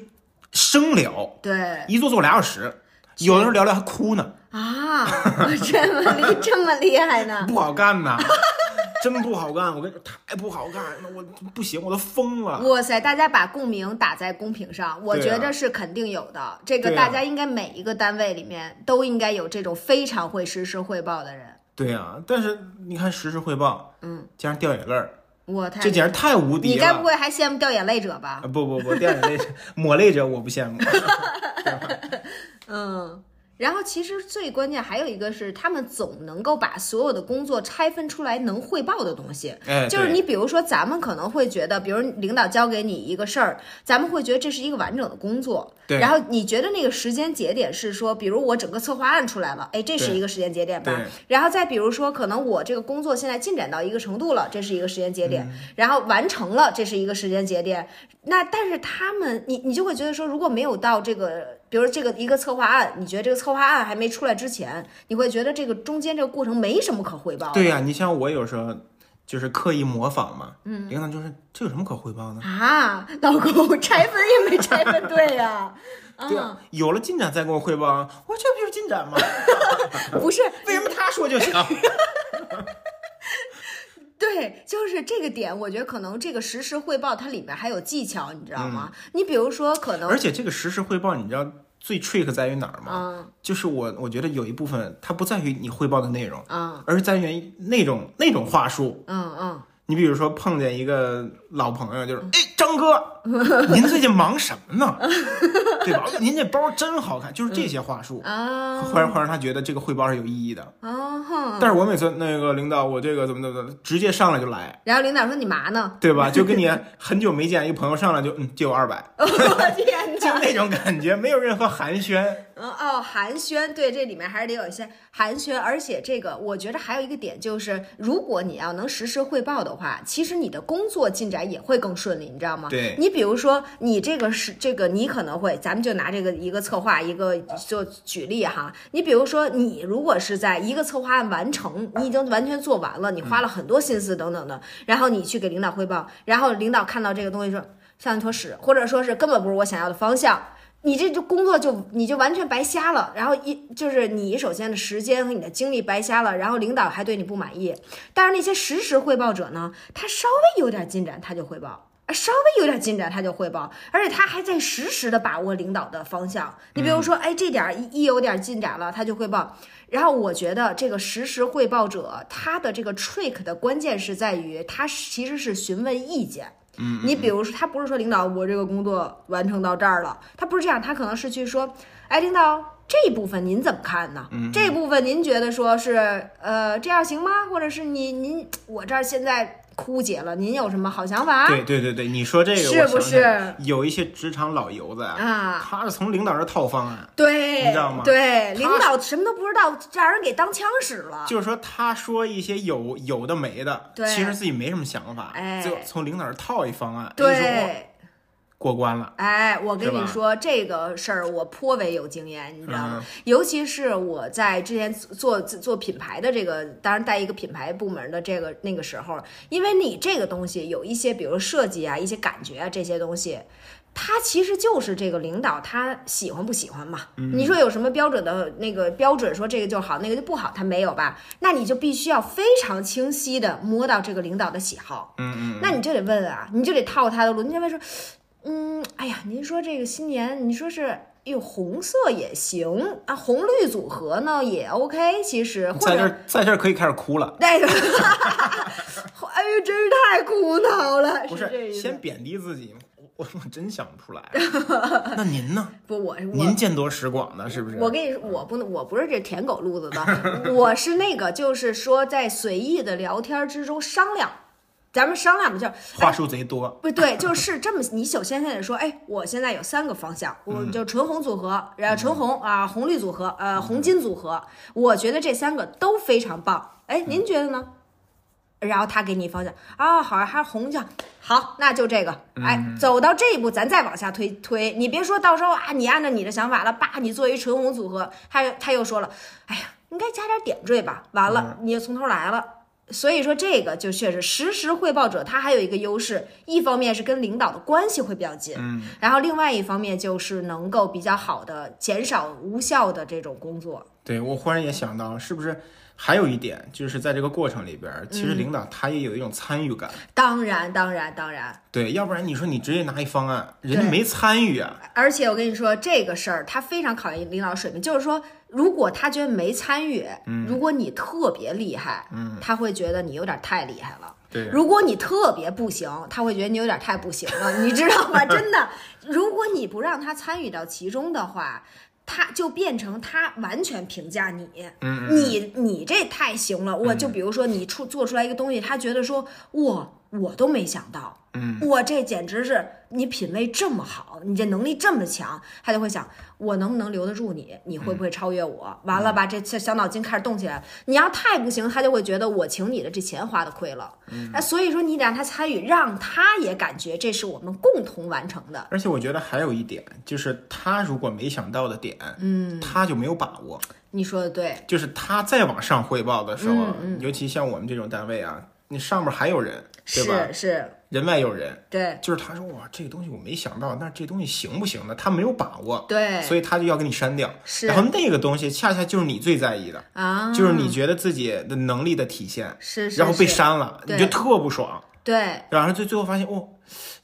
Speaker 2: 生聊，
Speaker 1: 对
Speaker 2: 一坐坐俩小时，有的时候聊聊还哭呢，
Speaker 1: 啊，这么厉这么厉害呢？
Speaker 2: 不好干呐， 真不好干，我跟你说太不好干了，我不行，我都疯了。
Speaker 1: 哇塞！大家把共鸣打在公屏上，我觉得是肯定有的。这个
Speaker 2: 啊对啊
Speaker 1: 大家应该每一个单位里面都应该有这种非常会实时汇报的人。
Speaker 2: 对呀、但是你看实时汇报，
Speaker 1: 嗯，
Speaker 2: 加上掉眼泪儿，
Speaker 1: 我太
Speaker 2: 这简直太无敌了。
Speaker 1: 你该不会还羡慕掉眼泪者吧
Speaker 2: 啊？不不不，掉眼泪 抹泪者我不 羡慕。
Speaker 1: 嗯，然后其实最关键还有一个是，他们总能够把所有的工作拆分出来能汇报的东西。
Speaker 2: 哎，
Speaker 1: 就是
Speaker 2: 对
Speaker 1: 你，比如说，咱们可能会觉得，比如领导交给你一个事儿，咱们会觉得这是一个完整的工作。
Speaker 2: 对
Speaker 1: 然后你觉得那个时间节点是说，比如我整个策划案出来了，哎，这是
Speaker 2: 对
Speaker 1: 一个时间节点吧
Speaker 2: 对。
Speaker 1: 然后再比如说，可能我这个工作现在进展到一个程度了，这是一个时间节点。
Speaker 2: 嗯
Speaker 1: 然后完成了，这是一个时间节点。那但是他们，你你就会觉得说，如果没有到这个，比如这个一个策划案，你觉得这个策划案还没出来之前，你会觉得这个中间这个过程没什么可汇报的。
Speaker 2: 对呀、你像我有时候就是刻意模仿嘛，嗯，领导就是这有什么可汇报呢？
Speaker 1: 啊，老公拆分也没拆分对 呀、啊，
Speaker 2: 对、啊，有了进展再给我汇报啊，我说这不就是进 展吗？
Speaker 1: 不是，
Speaker 2: 为什么他 说就行？
Speaker 1: 对，就是这个点，我觉得可能这个实时汇报它里面还有技巧，你知道吗？你比如说，可能
Speaker 2: 嗯而且这个实时汇报，你知道最 trick 在于哪儿吗？
Speaker 1: 嗯
Speaker 2: 就是我我觉得有一部分它不在于你汇报的内容，
Speaker 1: 嗯
Speaker 2: 而是在于那种那种话术。
Speaker 1: 嗯嗯，
Speaker 2: 你比如说碰见一个老朋友，就是哎，张哥，您最近忙什么呢？ 对吧？您这包真好看，就是这些话术，
Speaker 1: 啊
Speaker 2: 会让会让他觉得这个汇报是有意义的。
Speaker 1: 啊哼，
Speaker 2: 但是我每次那个领导，我这个怎么怎么，直接上来就来，
Speaker 1: 然后领导说你嘛 呢？
Speaker 2: 对吧？就跟你很久没见一个朋友上来就嗯，借我二百，
Speaker 1: 我天
Speaker 2: 就
Speaker 1: 哪！
Speaker 2: 那种感觉，没有任何寒暄。
Speaker 1: 嗯哦，寒暄，对，这里面还是得有一些寒暄，而且这个我觉得还有一个点就是，如果你要能实时汇报的话，其实你的工作进展也会更顺利，你知道吗？
Speaker 2: 对
Speaker 1: 你比如说，你这个是这个，你可能会，咱们就拿这个一个策划一个就举例哈，你比如说，你如果是在一个策划案完成，你已经完全做完了，你花了很多心思等等的，然后你去给领导汇报，然后领导看到这个东西说像一坨屎，或者说是根本不是我想要的方向。你这就工作就你就完全白瞎了，然后一就是你首先的时间和你的精力白瞎了，然后领导还对你不满意。但是那些实时汇报者呢，他稍微有点进展他就汇报，稍微有点进展，他就汇报，而且他还在实时的把握领导的方向。你
Speaker 2: 嗯
Speaker 1: 比如说，哎，这点儿一一有点进展了，他就汇报。然后我觉得这个实时汇报者，他的这个 trick 的关键是在于，他其实是询问意见。
Speaker 2: 嗯，
Speaker 1: 你比如说，他不是说领导，我这个工作完成到这儿了，他不是这样，他可能是去说，哎，领导。这部分您怎么看呢？
Speaker 2: 嗯
Speaker 1: 这部分您觉得说是呃这样行吗？或者是你您我这儿现在枯竭了，您有什么好想法？
Speaker 2: 对对对对，你说这个
Speaker 1: 啊是
Speaker 2: 我
Speaker 1: 不
Speaker 2: 想起来
Speaker 1: 是
Speaker 2: 了有一些职场老油子啊，
Speaker 1: 啊，
Speaker 2: 他是从领导那儿套方啊案，
Speaker 1: 对，
Speaker 2: 你知道吗
Speaker 1: 对，
Speaker 2: 他
Speaker 1: 领导什么都不知道，让人给当枪使了。
Speaker 2: 就是说他说一些有有的没的，
Speaker 1: 啊对
Speaker 2: 其实自己没什么想法，
Speaker 1: 哎
Speaker 2: 就从领导那儿套一方案，一说哇
Speaker 1: 对，
Speaker 2: 过关了。
Speaker 1: 哎，我跟
Speaker 2: 是
Speaker 1: 你
Speaker 2: 吧
Speaker 1: 说这个事儿，我颇为有经验，你知道吗
Speaker 2: 嗯？
Speaker 1: 尤其是我在之前做做做品牌的这个，当然带一个品牌部门的这个那个时候，因为你这个东西有一些，比如设计啊、一些感觉啊这些东西。它其实就是这个领导他喜欢不喜欢嘛？
Speaker 2: 嗯
Speaker 1: 你说有什么标准的那个标准，说这个就好，那个就不好，他没有吧？那你就必须要非常清晰的摸到这个领导的喜好。
Speaker 2: 嗯嗯，
Speaker 1: 那你就得问啊，你就得套他的路。你就会说，嗯，哎呀，您说这个新年，你说是。有红色也行啊，红绿组合呢也 OK，其实或
Speaker 2: 在这
Speaker 1: 者
Speaker 2: 儿在这儿可以开始哭了，
Speaker 1: 那个， 哎呦，真是太苦恼了，
Speaker 2: 不
Speaker 1: 这意
Speaker 2: 是
Speaker 1: 思
Speaker 2: 先贬低自己，我我我真想不出 来。那您呢？
Speaker 1: 不我我
Speaker 2: 您见多识广呢，是不是？
Speaker 1: 我跟你说，我不能，我不是这舔狗路子 的，我是那个，就是说在随意的聊天之中商量，咱们商量吧，就是
Speaker 2: 话术贼多，
Speaker 1: 不对，就是这么。你首先现在说，哎，我现在有三个方向，我就纯红组合，然后纯红啊、红绿组合，呃，红金组合，我觉得这三个都非常棒。哎，您觉得呢？然后他给你方向啊，好，还是红酱，好，那就这个。哎，走到这一步，咱再往下推推。你别说到时候啊，你按照你的想法了，叭，你做一纯红组合，他又他又说了，哎呀，应该加点点缀吧。完了，你又从头来了。所以说，这个就确实实时汇报者，他还有一个优势，一方面是跟领导的关系会比较近，
Speaker 2: 嗯，
Speaker 1: 然后另外一方面就是能够比较好的减少无效的这种工作。
Speaker 2: 对我忽然也想到，是不是还有一点，就是在这个过程里边儿，
Speaker 1: 嗯
Speaker 2: 其实领导他也有一种参与感，
Speaker 1: 当然，当然，当然，
Speaker 2: 对，要不然你说你直接拿一方案，人
Speaker 1: 对
Speaker 2: 家没参与啊，
Speaker 1: 而且我跟你说，这个事儿他非常考验领导水平。就是说，如果他觉得没参与，如果你特别厉害，他会觉得你有点太厉害了。
Speaker 2: 对，
Speaker 1: 如果你特别不行，他会觉得你有点太不行 了，你知道吗？真的，如果你不让他参与到其中的话，他就变成他完全评价你，
Speaker 2: 嗯
Speaker 1: 你你这太行了。我就比如说你出做出来一个东西，他觉得说哇，我都没想到，
Speaker 2: 嗯，
Speaker 1: 我这简直是你品味这么好，你这能力这么强，他就会想我能不能留得住你，你会不会超越我？完
Speaker 2: 嗯
Speaker 1: 了吧，这这小脑筋开始动起来了。你要太不行，他就会觉得我请你的这钱花的亏了。
Speaker 2: 嗯
Speaker 1: 那所以说你得让他参与，让他也感觉这是我们共同完成的。
Speaker 2: 而且我觉得还有一点，就是他如果没想到的点，嗯，他就没有把握。
Speaker 1: 你说的对，
Speaker 2: 就是他再往上汇报的时候，啊
Speaker 1: 嗯
Speaker 2: 尤其像我们这种单位啊，你上面还有人，对吧
Speaker 1: 是？是，
Speaker 2: 人外有人，
Speaker 1: 对
Speaker 2: 就是他说哇，这个东西我没想到，那这东西行不行呢？他没有把握，
Speaker 1: 对
Speaker 2: 所以他就要给你删掉。
Speaker 1: 是
Speaker 2: 然后那个东西恰恰就是你最在意的，
Speaker 1: 啊，
Speaker 2: 就是你觉得自己的能力的体现，
Speaker 1: 是是，
Speaker 2: 然后被
Speaker 1: 是，
Speaker 2: 删了，你
Speaker 1: 对
Speaker 2: 就特不爽。
Speaker 1: 对
Speaker 2: 然后最最后发现哦，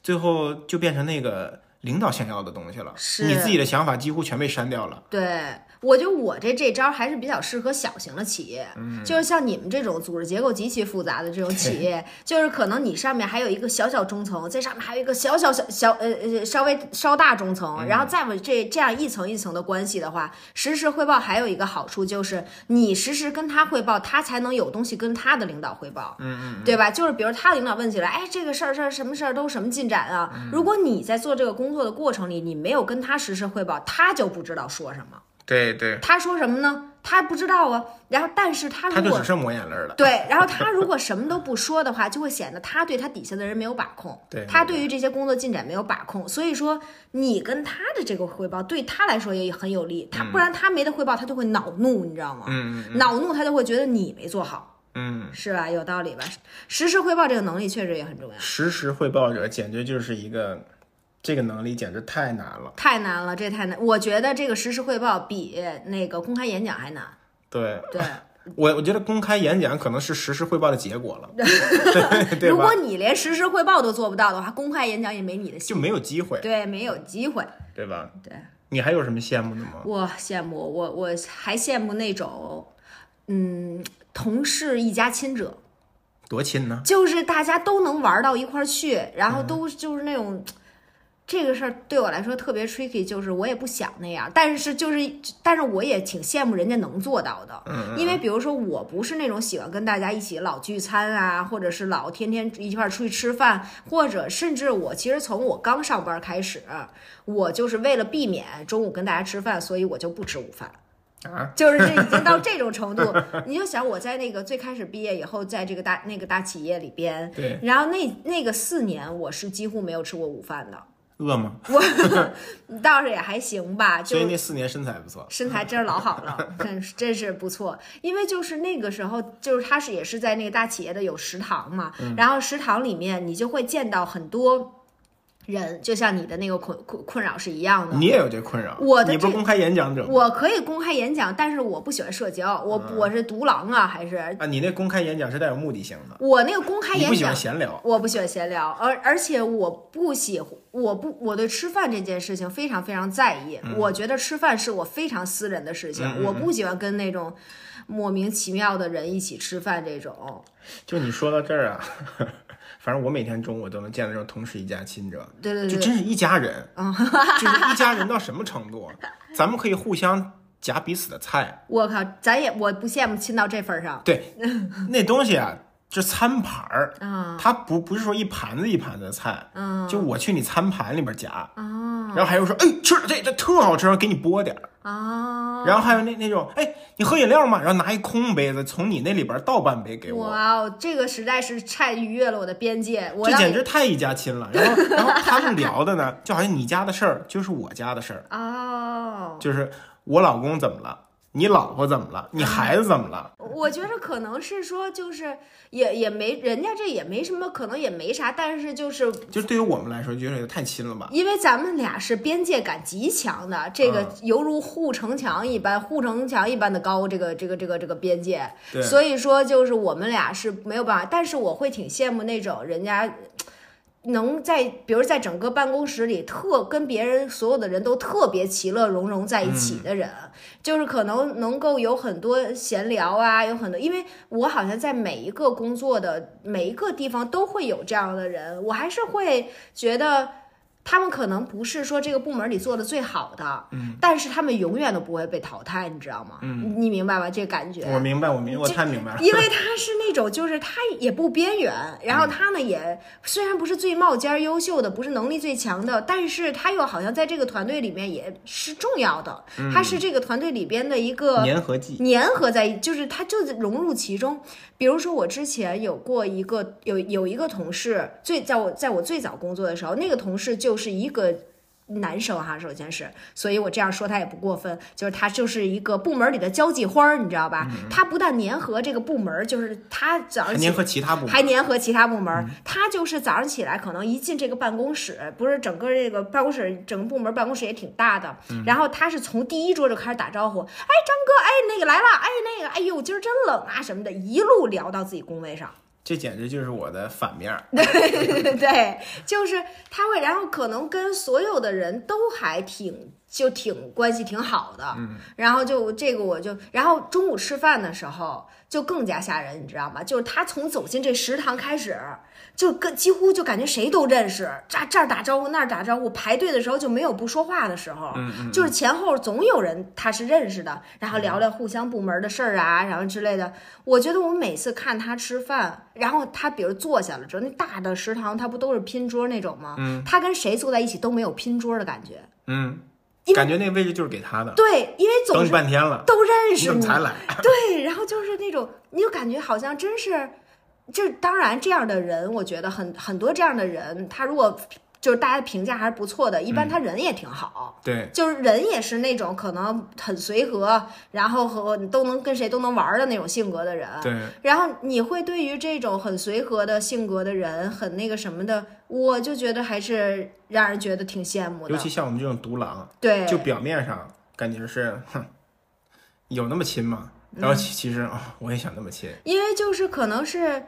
Speaker 2: 最后就变成那个领导想要的东西了，
Speaker 1: 是
Speaker 2: 你自己的想法几乎全被删掉了。
Speaker 1: 对。我觉得我这这招还是比较适合小型的企业，就是像你们这种组织结构极其复杂的这种企业，就是可能你上面还有一个小小中层，在上面还有一个小小小小呃呃稍微稍大中层，然后再往这这样一层一层的关系的话，实时汇报还有一个好处就是你实时跟他汇报，他才能有东西跟他的领导汇报。对吧？就是比如他领导问起来，哎，这个事儿事儿什么事儿都什么进展啊？如果你在做这个工作的过程里，你没有跟他实时汇报，他就不知道说什么。
Speaker 2: 对对，
Speaker 1: 他说什么呢？他不知道啊。然后，但是他
Speaker 2: 他
Speaker 1: 如
Speaker 2: 就
Speaker 1: 果
Speaker 2: 只剩抹眼泪了。
Speaker 1: 对，然后他如果什么都不说的话，就会显得他对他底下的人没有把控，
Speaker 2: 对
Speaker 1: 他
Speaker 2: 对
Speaker 1: 对于这些工作进展没有把控。所以说，你跟他的这个汇报对他来说也很有利，他不然他没得汇报，他就会恼怒，你知道吗？
Speaker 2: 嗯
Speaker 1: 恼怒他就会觉得你没做好，
Speaker 2: 嗯，
Speaker 1: 是吧？有道理吧？实时汇报这个能力确实也很重要。
Speaker 2: 实时汇报者简直就是一个，这个能力简直太难了。
Speaker 1: 太难了，这太难。我觉得这个实时汇报比那个公开演讲还难。
Speaker 2: 对，
Speaker 1: 对，
Speaker 2: 我我觉得公开演讲可能是实时汇报的结果 了，对
Speaker 1: 如
Speaker 2: 吧
Speaker 1: 果？你连实时汇报都做不到的话，公开演讲也没你的戏
Speaker 2: 就。没有机会，
Speaker 1: 对，没有机会。
Speaker 2: 对吧？
Speaker 1: 对，
Speaker 2: 你还有什么羡慕的吗？
Speaker 1: 我羡慕我，我还羡慕那种，嗯，同是一家亲者，
Speaker 2: 多亲呢？
Speaker 1: 就是大家都能玩到一块儿去，然后都就是那种。这个事儿对我来说特别 tricky，就是我也不想那样，但是就是，但是我也挺羡慕人家能做到的，因
Speaker 2: 嗯
Speaker 1: 为比如说我不是那种喜欢跟大家一起老聚餐啊，或者是老天天一块儿出去吃饭，或者甚至我其实从我刚上班开始，我就是为了避免中午跟大家吃饭，所以我就不吃午饭。
Speaker 2: 啊，
Speaker 1: 就是这已经到这种程 度，你就想我在那个最开始毕业以后，在这个大那个大企业里边，
Speaker 2: 对，
Speaker 1: 然后那那个四年我是几乎没有吃过午饭的，
Speaker 2: 饿吗？
Speaker 1: 倒是也还行吧，就
Speaker 2: 所以那四年身材不错，
Speaker 1: 身材真是老好 了，真是真是不错。因为就是那个时候，就是他是也是在那个大企业的有食堂嘛，
Speaker 2: 嗯
Speaker 1: 然后食堂里面你就会见到很多人，就像你的那个困困困扰是一样的。
Speaker 2: 你也有这困扰。
Speaker 1: 我的
Speaker 2: 你不是
Speaker 1: 这
Speaker 2: 公开演讲者吗？
Speaker 1: 我可以公开演讲，但是我不喜欢社交，我、
Speaker 2: 嗯
Speaker 1: 我是独狼啊，还是
Speaker 2: 啊，你那公开演讲是带有目的性的，
Speaker 1: 我那个公开
Speaker 2: 你
Speaker 1: 演
Speaker 2: 不喜
Speaker 1: 讲
Speaker 2: 欢，闲聊。
Speaker 1: 我不喜欢闲聊，而而且我不喜欢，我不我对吃饭这件事情非常非常在意。
Speaker 2: 嗯
Speaker 1: 我觉得吃饭是我非常私人的事情，我不喜欢跟那种莫名其妙的人一起吃饭这种。
Speaker 2: 就你说到这儿啊， 反正我每天中午都能见到这种同事一家亲者，
Speaker 1: 对对
Speaker 2: 就
Speaker 1: 对，嗯
Speaker 2: 真是一家人，就是一家人到什么程度啊？咱们可以互相夹彼此的菜，
Speaker 1: 我靠，咱也我不羡慕亲到这份儿上
Speaker 2: 对，那东西啊，这餐盘儿，
Speaker 1: 啊
Speaker 2: 它不不是说一盘子一盘子的菜，
Speaker 1: 嗯
Speaker 2: 就我去你餐盘里边夹，
Speaker 1: 啊
Speaker 2: 然后还有说，哎，吃了这这特好吃，给你拨点儿，
Speaker 1: 啊！
Speaker 2: 然后还有那那种，哎，你喝饮料吗？然后拿一空杯子从你那里边倒半杯给我。
Speaker 1: 哇哦，这个实在是太逾越了我的边界，我
Speaker 2: 这
Speaker 1: 让
Speaker 2: 简
Speaker 1: 你
Speaker 2: 直太一家亲了，然后， 然后他们聊的呢，就好像你家的事儿就是我家的事儿，
Speaker 1: 哦。
Speaker 2: 就是我老公怎么了，你老婆怎么了，你孩子怎么了，
Speaker 1: 我觉得可能是说，就是也也没人家这也没什么，可能也没啥，但是就是
Speaker 2: 就是对于我们来说，觉得也太亲了吧？
Speaker 1: 因为咱们俩是边界感极强的，这个犹如护城墙一般，护城墙一般的高，这个这个这个这个边界。啊
Speaker 2: 对
Speaker 1: 所以说就是我们俩是没有办法，但是我会挺羡慕那种人家。呃能在，比如在整个办公室里特跟别人所有的人都特别其乐融融在一起的人，就是可能能够有很多闲聊啊，有很多，因为我好像在每一个工作的每一个地方都会有这样的人，我还是会觉得他们可能不是说这个部门里做的最好的，嗯，但是他们永远都不会被淘汰，你知道吗？嗯，你明白吧？这个感觉，
Speaker 2: 我明白，我明，我
Speaker 1: 这
Speaker 2: 太明白了。
Speaker 1: 因为他是那种，就是他也不边缘，然后他呢也虽然不是最冒尖儿优秀的，不是能力最强的，但是他又好像在这个团队里面也是重要的，他是这个团队里边的一个
Speaker 2: 粘合剂，
Speaker 1: 粘合在一，就是他就融入其中。比如说，我之前有过一个有有一个同事，最在我在我最早工作的时候，那个同事就是一个。男生哈，首先是，所以我这样说他也不过分，就是他就是一个部门里的交际花儿，你知道吧？他不但粘合这个部门儿，就是他早
Speaker 2: 还
Speaker 1: 上起
Speaker 2: 粘合其他部
Speaker 1: 还
Speaker 2: 门。
Speaker 1: 粘合其他部门儿。他就是早上起来，可能一进这个办公室，不是整个这个办公室，整个部门办公室也挺大的。然后他是从第一桌就开始打招呼，哎，张哥，哎，那个来了，哎，那个，哎呦，今儿真冷啊什么的，一路聊到自己工位上。
Speaker 2: 这简直就是我的反面儿。
Speaker 1: 对，就是他会，然后可能跟所有的人都还挺就挺关系挺好的，然后就这个我就，然后中午吃饭的时候就更加吓人，你知道吗？就是他从走进这食堂开始，就跟几乎就感觉谁都认识，这这儿打招呼那儿打招呼，排队的时候就没有不说话的时候，就是前后总有人他是认识的，然后聊聊互相部门的事儿啊，然后之类的。我觉得我每次看他吃饭，然后他比如坐下了之后，那大的食堂他不都是拼桌那种吗？他跟谁坐在一起都没有拼桌的感觉。
Speaker 2: 嗯
Speaker 1: 因，为
Speaker 2: 感觉那位置就是给他的，
Speaker 1: 对，因为总
Speaker 2: 等你
Speaker 1: 是
Speaker 2: 半天了，
Speaker 1: 都认
Speaker 2: 你
Speaker 1: 识
Speaker 2: 怎么
Speaker 1: 你，
Speaker 2: 才来？
Speaker 1: 对，然后就是那种，你就感觉好像真是，这当然这样的人，我觉得很很多这样的人，他如果就是大家评价还是不错的，一般他人也挺好。
Speaker 2: 对，
Speaker 1: 就是人也是那种可能很随和，然后和都能跟谁都能玩儿的那种性格的人。
Speaker 2: 对，
Speaker 1: 然后你会对于这种很随和的性格的人，很那个什么的，我就觉得还是让人觉得挺羡慕
Speaker 2: 尤
Speaker 1: 的。
Speaker 2: 其像我们这种独狼，
Speaker 1: 对，
Speaker 2: 就表面上感觉是，哼，有那么亲吗？然
Speaker 1: 嗯
Speaker 2: 后其其实啊，我也想那么切，
Speaker 1: 因为就是可能是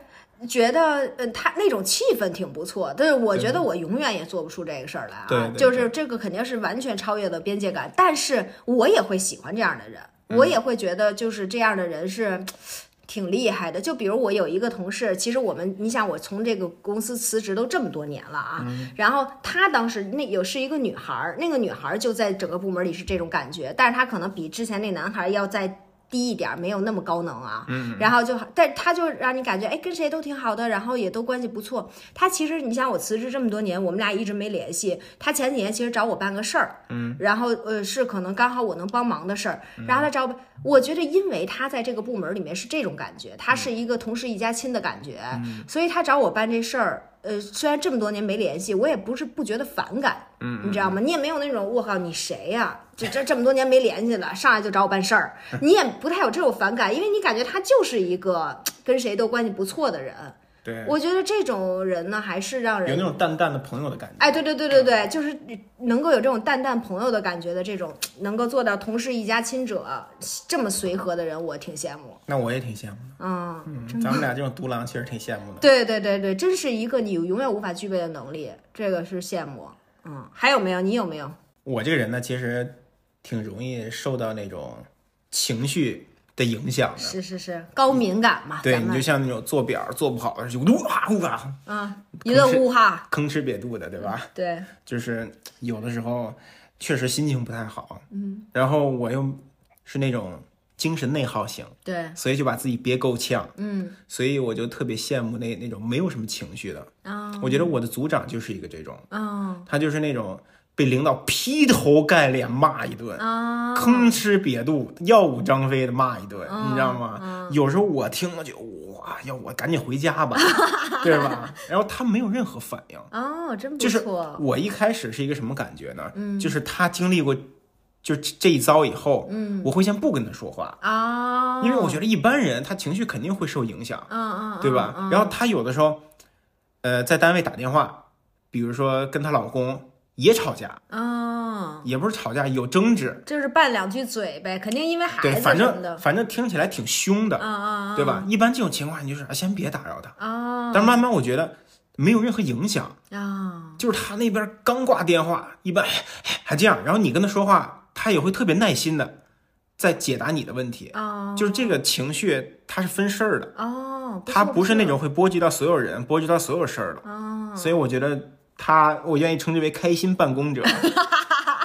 Speaker 1: 觉得，呃，他那种气氛挺不错，但是我觉得我永远也做不出这个事儿来啊，
Speaker 2: 对对对
Speaker 1: 就是这个肯定是完全超越了边界感，但是我也会喜欢这样的人，
Speaker 2: 嗯
Speaker 1: 我也会觉得就是这样的人是。挺厉害的，就比如我有一个同事，其实我们，你想我从这个公司辞职都这么多年了啊，
Speaker 2: 嗯
Speaker 1: 然后她当时那有是一个女孩儿，那个女孩儿就在整个部门里是这种感觉，但是她可能比之前那男孩儿要再低一点儿，没有那么高能啊，然后就，但她就让你感觉哎跟谁都挺好的，然后也都关系不错。她其实你想我辞职这么多年，我们俩一直没联系，她前几年其实找我办个事儿，然后呃是可能刚好我能帮忙的事儿，然后他找我，我觉得因为他在这个部门里面是这种感觉，他是一个同事一家亲的感觉，所以他找我办这事儿，呃虽然这么多年没联系，我也不是不觉得反感，
Speaker 2: 嗯
Speaker 1: 你知道吗？你也没有那种我靠你谁呀、就这这么多年没联系了，上来就找我办事 儿，你也不太有这种反感，因为你感觉他就是一个跟谁都关系不错的人。
Speaker 2: 对，
Speaker 1: 我觉得这种人呢，还是让人
Speaker 2: 有那种嗯淡淡的朋友的感觉。
Speaker 1: 哎，对对对对对，就是能够有这种淡淡朋友的感觉的这种，能够做到同是一家亲者这么随和的人，我挺羡慕。
Speaker 2: 那我也挺羡慕的，
Speaker 1: 嗯，
Speaker 2: 嗯咱们俩这种独狼其实挺羡慕的。
Speaker 1: 对对对对，真是一个你永远无法具备的能力，这个是羡慕。嗯，还有没有？你有没有？
Speaker 2: 我这个人呢，其实挺容易受到那种情绪的影响的。
Speaker 1: 是是是，高敏感嘛，
Speaker 2: 对
Speaker 1: 咱
Speaker 2: 你就
Speaker 1: 们
Speaker 2: 像那种做表做不好的时候，就呜哈呜哈，
Speaker 1: 啊，一顿
Speaker 2: 是
Speaker 1: 呜哈，
Speaker 2: 吭哧瘪肚的，对吧？
Speaker 1: 对，
Speaker 2: 就是有的时候确实心情不太好，嗯，然后我又是那种精神内耗型，
Speaker 1: 对，
Speaker 2: 所以就把自己憋够呛，
Speaker 1: 嗯
Speaker 2: 所以我就特别羡慕那那种没有什么情绪的。
Speaker 1: 啊
Speaker 2: 我觉得我的组长就是一个这种，
Speaker 1: 啊
Speaker 2: 他就是那种被领导劈头盖脸骂一顿，
Speaker 1: 啊，
Speaker 2: 吭哧瘪肚、耀武张飞的骂一顿，你知道吗？有时候我听了就哇，要我赶紧回家吧，对吧？然后他没有任何反应，
Speaker 1: 哦，真不
Speaker 2: 就是
Speaker 1: 错，
Speaker 2: 我一开始是一个什么感觉呢？就是他经历过就这一遭以后，我会先不跟他说话，
Speaker 1: 啊，
Speaker 2: 因为我觉得一般人他情绪肯定会受影响，
Speaker 1: 嗯，嗯嗯，
Speaker 2: 对吧？
Speaker 1: 嗯
Speaker 2: 然后她有的时候，呃，在单位打电话，比如说跟她老公也吵架，
Speaker 1: 嗯，
Speaker 2: 也不是吵架，有争执，
Speaker 1: 就是拌两句嘴呗，肯定因为孩
Speaker 2: 对，
Speaker 1: 子
Speaker 2: 反
Speaker 1: 什么
Speaker 2: 正
Speaker 1: 的，
Speaker 2: 反正听起来挺凶的，
Speaker 1: 啊啊，
Speaker 2: 对吧？一般这种情况你就是啊先别打扰他，
Speaker 1: 啊
Speaker 2: 但慢慢我觉得没有任何影响，
Speaker 1: 啊
Speaker 2: 就是他那边刚挂电话，一般还这样，然后你跟他说话，他也会特别耐心的在解答你的问题，
Speaker 1: 啊！
Speaker 2: 就是这个情绪它是分事儿的，
Speaker 1: 哦，
Speaker 2: 它
Speaker 1: 不
Speaker 2: 不是那种会波及到所有人、波及到所有事儿的，
Speaker 1: 啊
Speaker 2: 所以我觉得他，我愿意称之为开心办公者，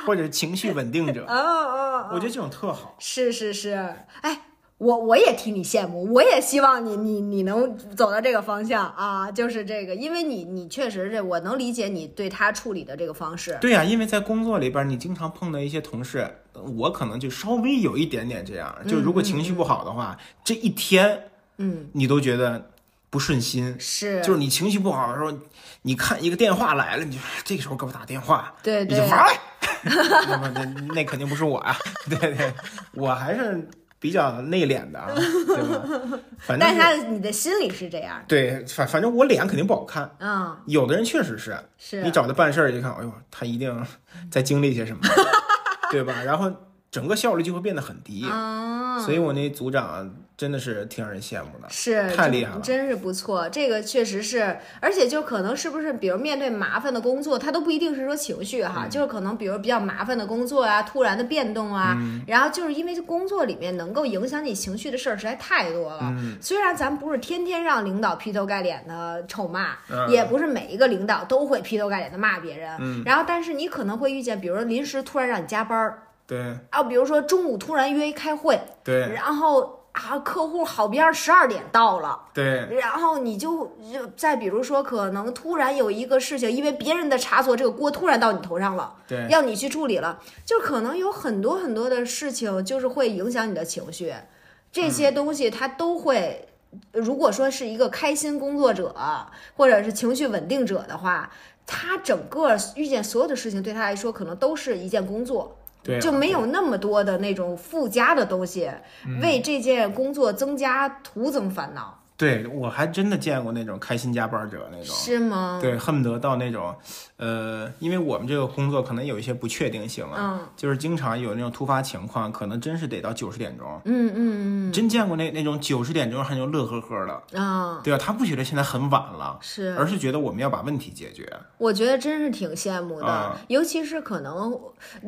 Speaker 2: 或者是情绪稳定者
Speaker 1: 哦，哦
Speaker 2: 我觉得这种特好。
Speaker 1: 是是是，哎。我我也替你羡慕，我也希望你你你能走到这个方向啊，就是这个，因为你你确实是，我能理解你对他处理的这个方式，
Speaker 2: 对呀、因为在工作里边，你经常碰到一些同事，我可能就稍微有一点点这样，就如果情绪不好的话，这一天，
Speaker 1: 嗯，
Speaker 2: 你都觉得不顺心。
Speaker 1: 是，
Speaker 2: 就是你情绪不好的时候，你看一个电话来了，你就哎这个时候给我打电话，
Speaker 1: 对
Speaker 2: 你
Speaker 1: 对
Speaker 2: 就，玩儿。那么那那肯定不是我啊，对对，我还是比较内敛的啊，对吧？反正
Speaker 1: 但
Speaker 2: 是
Speaker 1: 是他的你的心里是这样，
Speaker 2: 对，反反正我脸肯定不好看。
Speaker 1: 嗯，
Speaker 2: 有的人确实是，
Speaker 1: 是，
Speaker 2: 你找他办事儿一看，哎呦，他一定在经历些 什么，对吧？然后整个效率就会变得很低。
Speaker 1: 嗯，
Speaker 2: 所以我那组长真的是挺让人羡慕的。
Speaker 1: 是
Speaker 2: 太
Speaker 1: 真
Speaker 2: 厉害了
Speaker 1: 真是不错，这个确实是，而且就可能是不是，比如面对麻烦的工作，它都不一定是说情绪
Speaker 2: 嗯
Speaker 1: 哈，就是可能比如比较麻烦的工作啊，突然的变动啊，
Speaker 2: 嗯
Speaker 1: 然后就是因为这工作里面能够影响你情绪的事儿实在太多了。
Speaker 2: 嗯
Speaker 1: 虽然咱不是天天让领导劈头盖脸的臭骂，
Speaker 2: 嗯
Speaker 1: 也不是每一个领导都会劈头盖脸的骂别人，然后但是你可能会遇见，比如说临时突然让你加班儿，
Speaker 2: 对
Speaker 1: 啊，比如说中午突然约一开会，
Speaker 2: 对
Speaker 1: 然后啊客户好边儿十二点到了。
Speaker 2: 对
Speaker 1: 然后你就就再比如说，可能突然有一个事情，因为别人的差错，这个锅突然到你头上了，
Speaker 2: 对，
Speaker 1: 要你去处理了，就可能有很多很多的事情，就是会影响你的情绪，这些东西它都会。如果说是一个开心工作者，或者是情绪稳定者的话，他整个遇见所有的事情，对他来说可能都是一件工作，
Speaker 2: 对啊嗯
Speaker 1: 就没有那么多的那种附加的东西，为这件工作增加徒增烦恼。
Speaker 2: 对我还真的见过那种开心加班者那种，
Speaker 1: 是吗？
Speaker 2: 对，恨不得到那种，呃，因为我们这个工作可能有一些不确定性啊，
Speaker 1: 嗯
Speaker 2: 就是经常有那种突发情况，可能真是得到九十点钟，
Speaker 1: 嗯嗯
Speaker 2: 真见过那那种九十点钟还就乐呵呵的，
Speaker 1: 嗯啊，
Speaker 2: 对吧、他不觉得现在很晚了，
Speaker 1: 是
Speaker 2: 而是觉得我们要把问题解决，
Speaker 1: 我觉得真是挺羡慕的，
Speaker 2: 啊
Speaker 1: 尤其是可能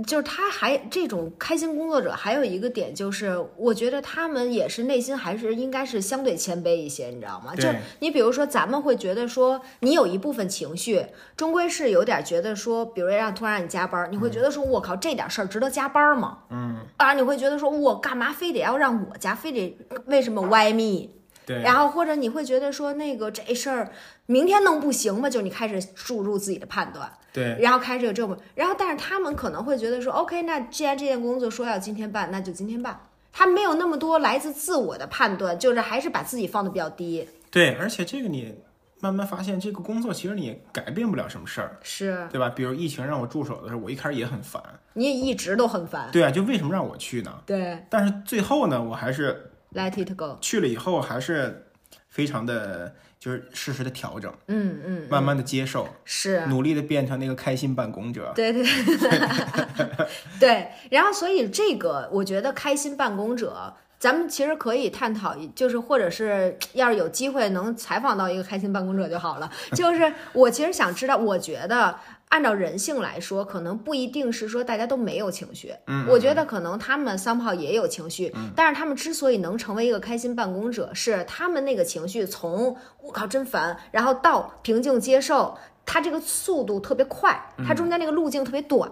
Speaker 1: 就是他还这种开心工作者，还有一个点就是，我觉得他们也是内心还是应该是相对谦卑一些，你知道吗？
Speaker 2: 对
Speaker 1: 就你比如说，咱们会觉得说你有一部分情绪，终归是有点觉得说，比如让突然让你加班，你会觉得说，我靠，这点事儿值得加班吗？
Speaker 2: 嗯，
Speaker 1: 啊，你会觉得说我干嘛非得要让我加，非得为什么 why me？
Speaker 2: 对，
Speaker 1: 然后或者你会觉得说那个这事儿明天弄不行吗？就你开始注入自己的判断，
Speaker 2: 对，
Speaker 1: 然后开始有这么，然后但是他们可能会觉得说，OK，那既然这件工作说要今天办，那就今天办。他没有那么多来自自我的判断，就是还是把自己放的比较低。
Speaker 2: 对，而且这个你慢慢发现，这个工作其实你也改变不了什么事儿，
Speaker 1: 是
Speaker 2: 对吧？比如疫情让我驻守的时候，我一开始也很烦，
Speaker 1: 你也一直都很烦，
Speaker 2: 对啊，就为什么让我去呢？
Speaker 1: 对
Speaker 2: 但是最后呢，我还是
Speaker 1: ，Let it go。
Speaker 2: 去了以后还是非常的，就是适时的调整，
Speaker 1: 嗯嗯，
Speaker 2: 慢慢的接受，
Speaker 1: 是。啊
Speaker 2: 努力的变成那个开心办公者。
Speaker 1: 对对对，然后所以这个我觉得开心办公者，咱们其实可以探讨一，就是或者是要是有机会能采访到一个开心办公者就好了。就是我其实想知道，我觉得按照人性来说，可能不一定是说大家都没有情绪，
Speaker 2: 嗯，
Speaker 1: 我觉得可能他们 somehow 也有情绪，但是他们之所以能成为一个开心办公者，是他们那个情绪从我靠真烦，然后到平静接受。他这个速度特别快，
Speaker 2: 嗯
Speaker 1: 他中间那个路径特别短，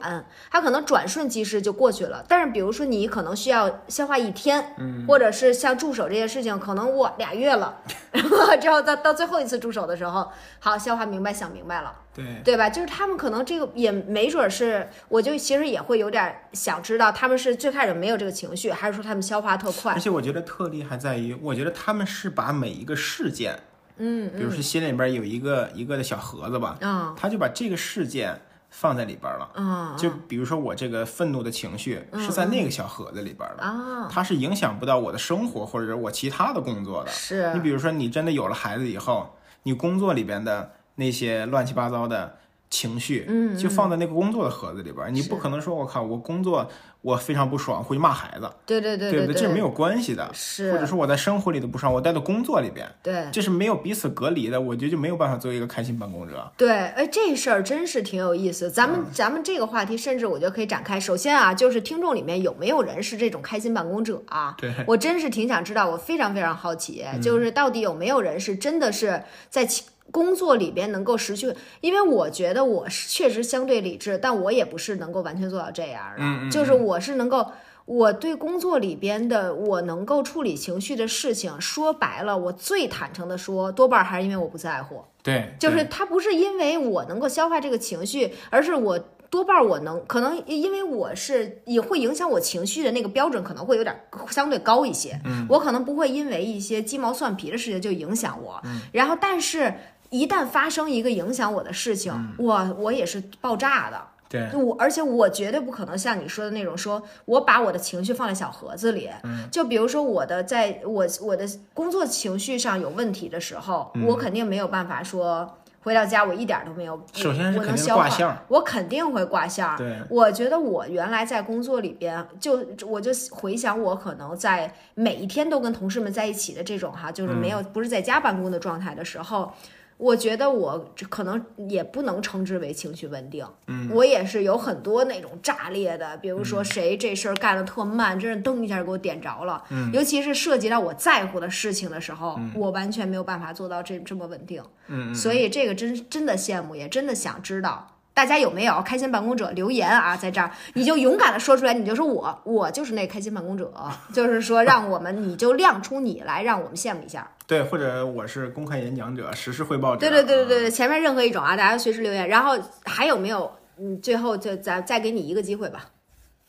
Speaker 1: 他可能转瞬即逝就过去了。但是比如说你可能需要消化一天，
Speaker 2: 嗯
Speaker 1: 或者是像驻守这些事情，可能我俩月了， 然后之后到到最后一次驻守的时候，好消化明白想明白了，
Speaker 2: 对，
Speaker 1: 对吧？就是他们可能这个也没准是，我就其实也会有点想知道，他们是最开始没有这个情绪，还是说他们消化特快
Speaker 2: 而？且我觉得特厉害在于，我觉得他们是把每一个事件，
Speaker 1: 嗯
Speaker 2: 比如说心里边有一个一个的小盒子吧，
Speaker 1: 啊
Speaker 2: 他就把这个事件放在里边了。
Speaker 1: 啊
Speaker 2: 就比如说我这个愤怒的情绪
Speaker 1: 嗯
Speaker 2: 是在那个小盒子里边的，
Speaker 1: 啊！
Speaker 2: 它是影响不到我的生活或者我其他的工作的。
Speaker 1: 是
Speaker 2: 你比如说，你真的有了孩子以后，你工作里边的那些乱七八糟的情绪，
Speaker 1: 嗯
Speaker 2: 就放在那个工作的盒子里边儿，你不可能说，我靠，我工作我非常不爽，回去骂孩子，
Speaker 1: 对对对
Speaker 2: 不
Speaker 1: 对，
Speaker 2: 这是没有关系的。
Speaker 1: 是
Speaker 2: 或者说我在生活里的不爽，我带到工作里边，
Speaker 1: 对
Speaker 2: 这是没有彼此隔离的，我觉得就没有办法作为一个开心办公者。
Speaker 1: 对，哎，这事儿真是挺有意思。咱们、
Speaker 2: 嗯
Speaker 1: 咱们这个话题，甚至我觉得可以展开。首先啊，就是听众里面有没有人是这种开心办公者啊？
Speaker 2: 对嗯
Speaker 1: 我真是挺想知道，我非常非常好奇，就是到底有没有人是真的是在其工作里边能够持续？因为我觉得我是确实相对理智，但我也不是能够完全做到这样的，
Speaker 2: 嗯嗯
Speaker 1: 就是我是能够。我对工作里边的我能够处理情绪的事情，说白了，我最坦诚的说，多半还是因为我不在乎。
Speaker 2: 对，
Speaker 1: 就是
Speaker 2: 对
Speaker 1: 它不是因为我能够消化这个情绪，而是我多半儿我能可能因为我是也会影响我情绪的那个标准可能会有点儿相对高一些，嗯，我可能不会因为一些鸡毛蒜皮的事情就影响我，然后但是。一旦发生一个影响我的事情，我我也是爆炸的。
Speaker 2: 对
Speaker 1: 就我，而且我绝对不可能像你说的那种，说我把我的情绪放在小盒子里。
Speaker 2: 嗯
Speaker 1: 就比如说我的在我我的工作情绪上有问题的时候，
Speaker 2: 嗯
Speaker 1: 我肯定没有办法说回到家我一点儿都没有，
Speaker 2: 首先是
Speaker 1: 我
Speaker 2: 肯
Speaker 1: 能
Speaker 2: 定
Speaker 1: 消
Speaker 2: 挂
Speaker 1: 化
Speaker 2: 线儿
Speaker 1: 我肯定会挂线儿。
Speaker 2: 对
Speaker 1: 我觉得我原来在工作里边，就我就回想我可能在每一天都跟同事们在一起的这种哈，就是
Speaker 2: 嗯
Speaker 1: 没有、不是在家办公的状态的时候。我觉得我这可能也不能称之为情绪稳定，嗯，我也是有很多那种炸裂的，比如
Speaker 2: 嗯
Speaker 1: 说谁这事儿干的特慢，真是噔一下给我点着了，嗯，尤其是涉及到我在乎的事情的时候，我完全没有办法做到这这么稳定，
Speaker 2: 嗯，
Speaker 1: 所以这个真真的羡慕，也真的想知道。大家有没有开心办公者留言啊？在这儿，你就勇敢的说出来，你就说我，我就是那开心办公者，就是说让我们，你就亮出你来，让我们羡慕一下。
Speaker 2: 对，或者我是公开演讲者、实时汇报者。
Speaker 1: 对对对对对，对，前面任何一种啊，大家随时留言。然后还有没有？嗯，最后就咱再给你一个机会吧，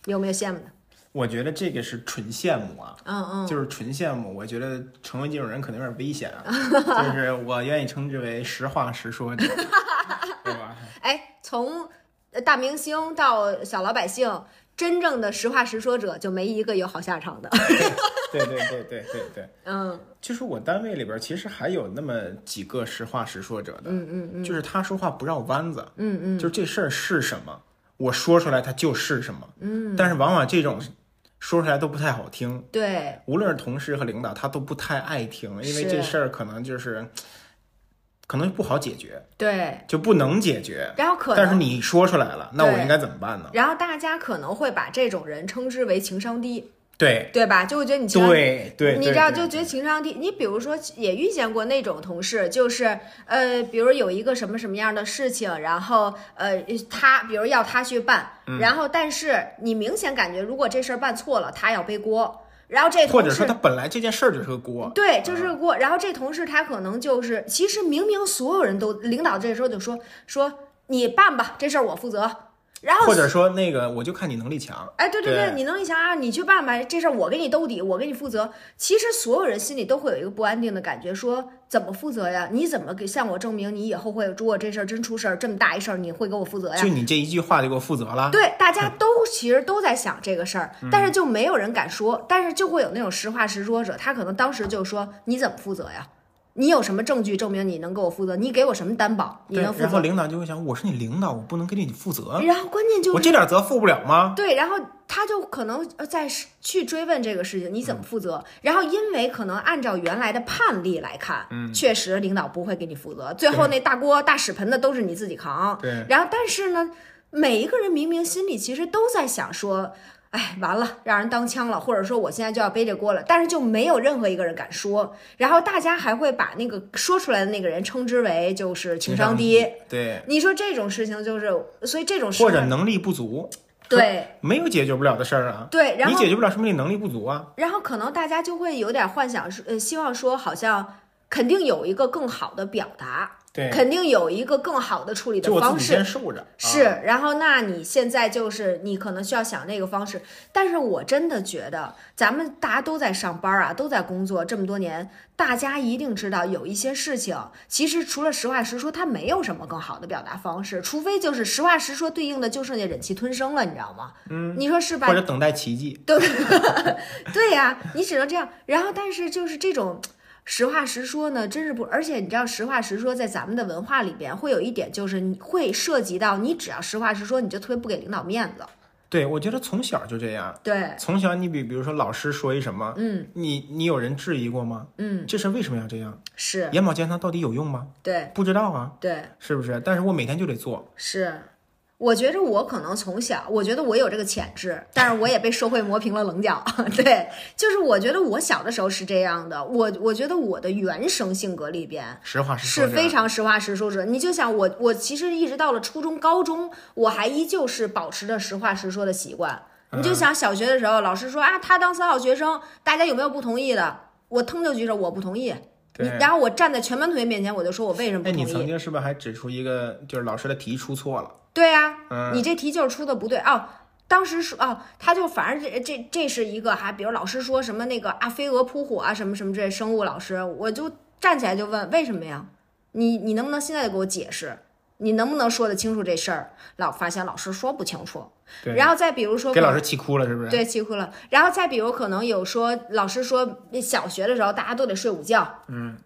Speaker 1: 有没有羡慕的？
Speaker 2: 我觉得这个是纯羡慕啊。
Speaker 1: 嗯嗯，
Speaker 2: 就是纯羡慕。我觉得成为这种人可能有点危险啊，就是我愿意称之为实话实说者，对吧？
Speaker 1: 哎，从呃大明星到小老百姓，真正的实话实说者就没一个有好下场的。
Speaker 2: 对对对对对对，
Speaker 1: 嗯，
Speaker 2: 就是我单位里边儿其实还有那么几个实话实说者的，嗯嗯嗯，就是他说话不绕弯子，嗯嗯，就是这事儿是什么，我说出来他就是什么，嗯，但是往往这种说出来都不太好听，
Speaker 1: 对，
Speaker 2: 无论是同事和领导，他都不太爱听，因为
Speaker 1: 是
Speaker 2: 这事儿可能就是可能不好解决，
Speaker 1: 对，
Speaker 2: 就不能解决，
Speaker 1: 然后可
Speaker 2: 但是
Speaker 1: 能，
Speaker 2: 你说出来了，那我
Speaker 1: 对
Speaker 2: 应该怎么办呢？
Speaker 1: 然后大家可能会把这种人称之为情商低，
Speaker 2: 对
Speaker 1: 对吧？就会觉得你情商低。
Speaker 2: 对对，
Speaker 1: 你
Speaker 2: 对
Speaker 1: 知道，
Speaker 2: 对
Speaker 1: 就觉得情商低。你比如说，也遇见过那种同事，就是呃，比如有一个什么什么样的事情，然后呃，他比如要他去办，
Speaker 2: 嗯
Speaker 1: 然后但是你明显感觉，如果这事儿办错了，他要背锅。然后这
Speaker 2: 或
Speaker 1: 同
Speaker 2: 者
Speaker 1: 事
Speaker 2: 说他嗯本来这件事儿就是个锅，
Speaker 1: 对，就是个锅。然后这同事他可能就是，其实明明所有人都，领导这时候就说说你办吧，这事儿我负责。然后
Speaker 2: 或者说那个我就看你能力强，
Speaker 1: 哎，对对
Speaker 2: 对
Speaker 1: 你能力强啊，你去办吧，这事儿我给你兜底，我给你负责。其实所有人心里都会有一个不安定的感觉，说怎么负责呀？你怎么给向我证明你以后会，如果这事儿真出事儿，这么大一事儿，你会给我负责呀
Speaker 2: 就？你这一句话就给我负责了。
Speaker 1: 哎对，大家都其实都在想这个事儿，
Speaker 2: 嗯
Speaker 1: 但是就没有人敢说，但是就会有那种实话实说者，他可能当时就说你怎么负责呀？你有什么证据证明你能给我负责？你给我什么担保？你
Speaker 2: 对，
Speaker 1: 能负
Speaker 2: 然后
Speaker 1: 责？哎
Speaker 2: 领导就会想，我是你领导，我不能给你负责，
Speaker 1: 然后关键就是
Speaker 2: 我这点责负不了吗？
Speaker 1: 对，然后他就可能呃在是去追问这个事情，你
Speaker 2: 嗯
Speaker 1: 怎么负责？然后因为可能按照原来的判例来看，嗯，确实领导不会给你负责，最后
Speaker 2: 对
Speaker 1: 那大锅大屎盆子都是你自己扛。
Speaker 2: 对
Speaker 1: 然后但是呢，每一个人明明心里其实都在想说。哎，完了，让人当枪了，或者说我现在就要背这锅了，但是就没有任何一个人敢说，然后大家还会把那个说出来的那个人称之为就是情商低。，
Speaker 2: 对，
Speaker 1: 你说这种事情就是，所以这种事
Speaker 2: 或者
Speaker 1: 儿
Speaker 2: 能力不足，
Speaker 1: 对
Speaker 2: 没有解决不了的事儿啊。
Speaker 1: 对，然
Speaker 2: 你
Speaker 1: 后
Speaker 2: 解决不了，说明你能力不足啊。
Speaker 1: 然后可能大家就会有点幻想，是呃，希望说好像肯定有一个更好的表达，
Speaker 2: 对
Speaker 1: 肯定有一个更好的处理的
Speaker 2: 就我
Speaker 1: 方
Speaker 2: 自己先
Speaker 1: 式。
Speaker 2: 受着。
Speaker 1: 是
Speaker 2: 啊，，
Speaker 1: 然后那你现在就是你可能需要想那个方式，但是我真的觉得咱们大家都在上班啊，都在工作这么多年，大家一定知道有一些事情，其实除了实话实说，它没有什么更好的表达方式，除非就是实话实说对应的就剩下忍气吞声了，你知道吗？嗯，你说是吧？
Speaker 2: 或者等待奇迹。
Speaker 1: 对呀、你只能这样。然后，但是就是这种实话实说呢，真是不。而且你知道，实话实说在咱们的文化里边会有一点，就是你会涉及到，你只要实话实说，你就特别不给领导面子。
Speaker 2: 对，我觉得从小就这样。
Speaker 1: 对，
Speaker 2: 从小，你比比如说老师说一什么，
Speaker 1: 嗯，
Speaker 2: 你你有人质疑过吗？
Speaker 1: 嗯，
Speaker 2: 这事儿为什么要这样？
Speaker 1: 是，
Speaker 2: 眼保健操到底有用吗？
Speaker 1: 对，
Speaker 2: 不知道啊，
Speaker 1: 对，
Speaker 2: 是不是？但是我每天就得做。
Speaker 1: 是。我觉着我可能从小，我觉得我有这个潜质，但是我也被社会磨平了棱角。 对，就是我觉得我小的时候是这样的，我我觉得我的原生性格里边，
Speaker 2: 实话实说
Speaker 1: 是
Speaker 2: 这样，
Speaker 1: 非常实话实说者。你就想我，我其实一直到了初中、高中，我还依旧是保持着实话实说的习惯。你
Speaker 2: 嗯
Speaker 1: 就想小学的时候，老师说啊，他当三好学生，大家有没有不同意的？我腾就举手，我不同意。你
Speaker 2: 对。
Speaker 1: 然后我站在全班同学面前，我就说我为什么不
Speaker 2: 哎，你
Speaker 1: 同
Speaker 2: 曾
Speaker 1: 意？
Speaker 2: 经是不是还指出一个，就是老师的题出错了？
Speaker 1: 对啊，
Speaker 2: 嗯，
Speaker 1: 你这题就是出的不对哦。当时说哦，他就反正这这这是一个哈，比如老师说什么那个啊飞蛾扑火啊什么什么之类，生物老师我就站起来就问为什么呀？你你能不能现在就给我解释？你能不能说得清楚这事儿？老发现老师说不清楚，
Speaker 2: 对，
Speaker 1: 然后再比如说
Speaker 2: 给
Speaker 1: 可
Speaker 2: 老
Speaker 1: 能
Speaker 2: 师气哭了，是不是？
Speaker 1: 对，气哭了。然后再比如，可能有说老师说小学的时候大家都得睡午觉，嗯，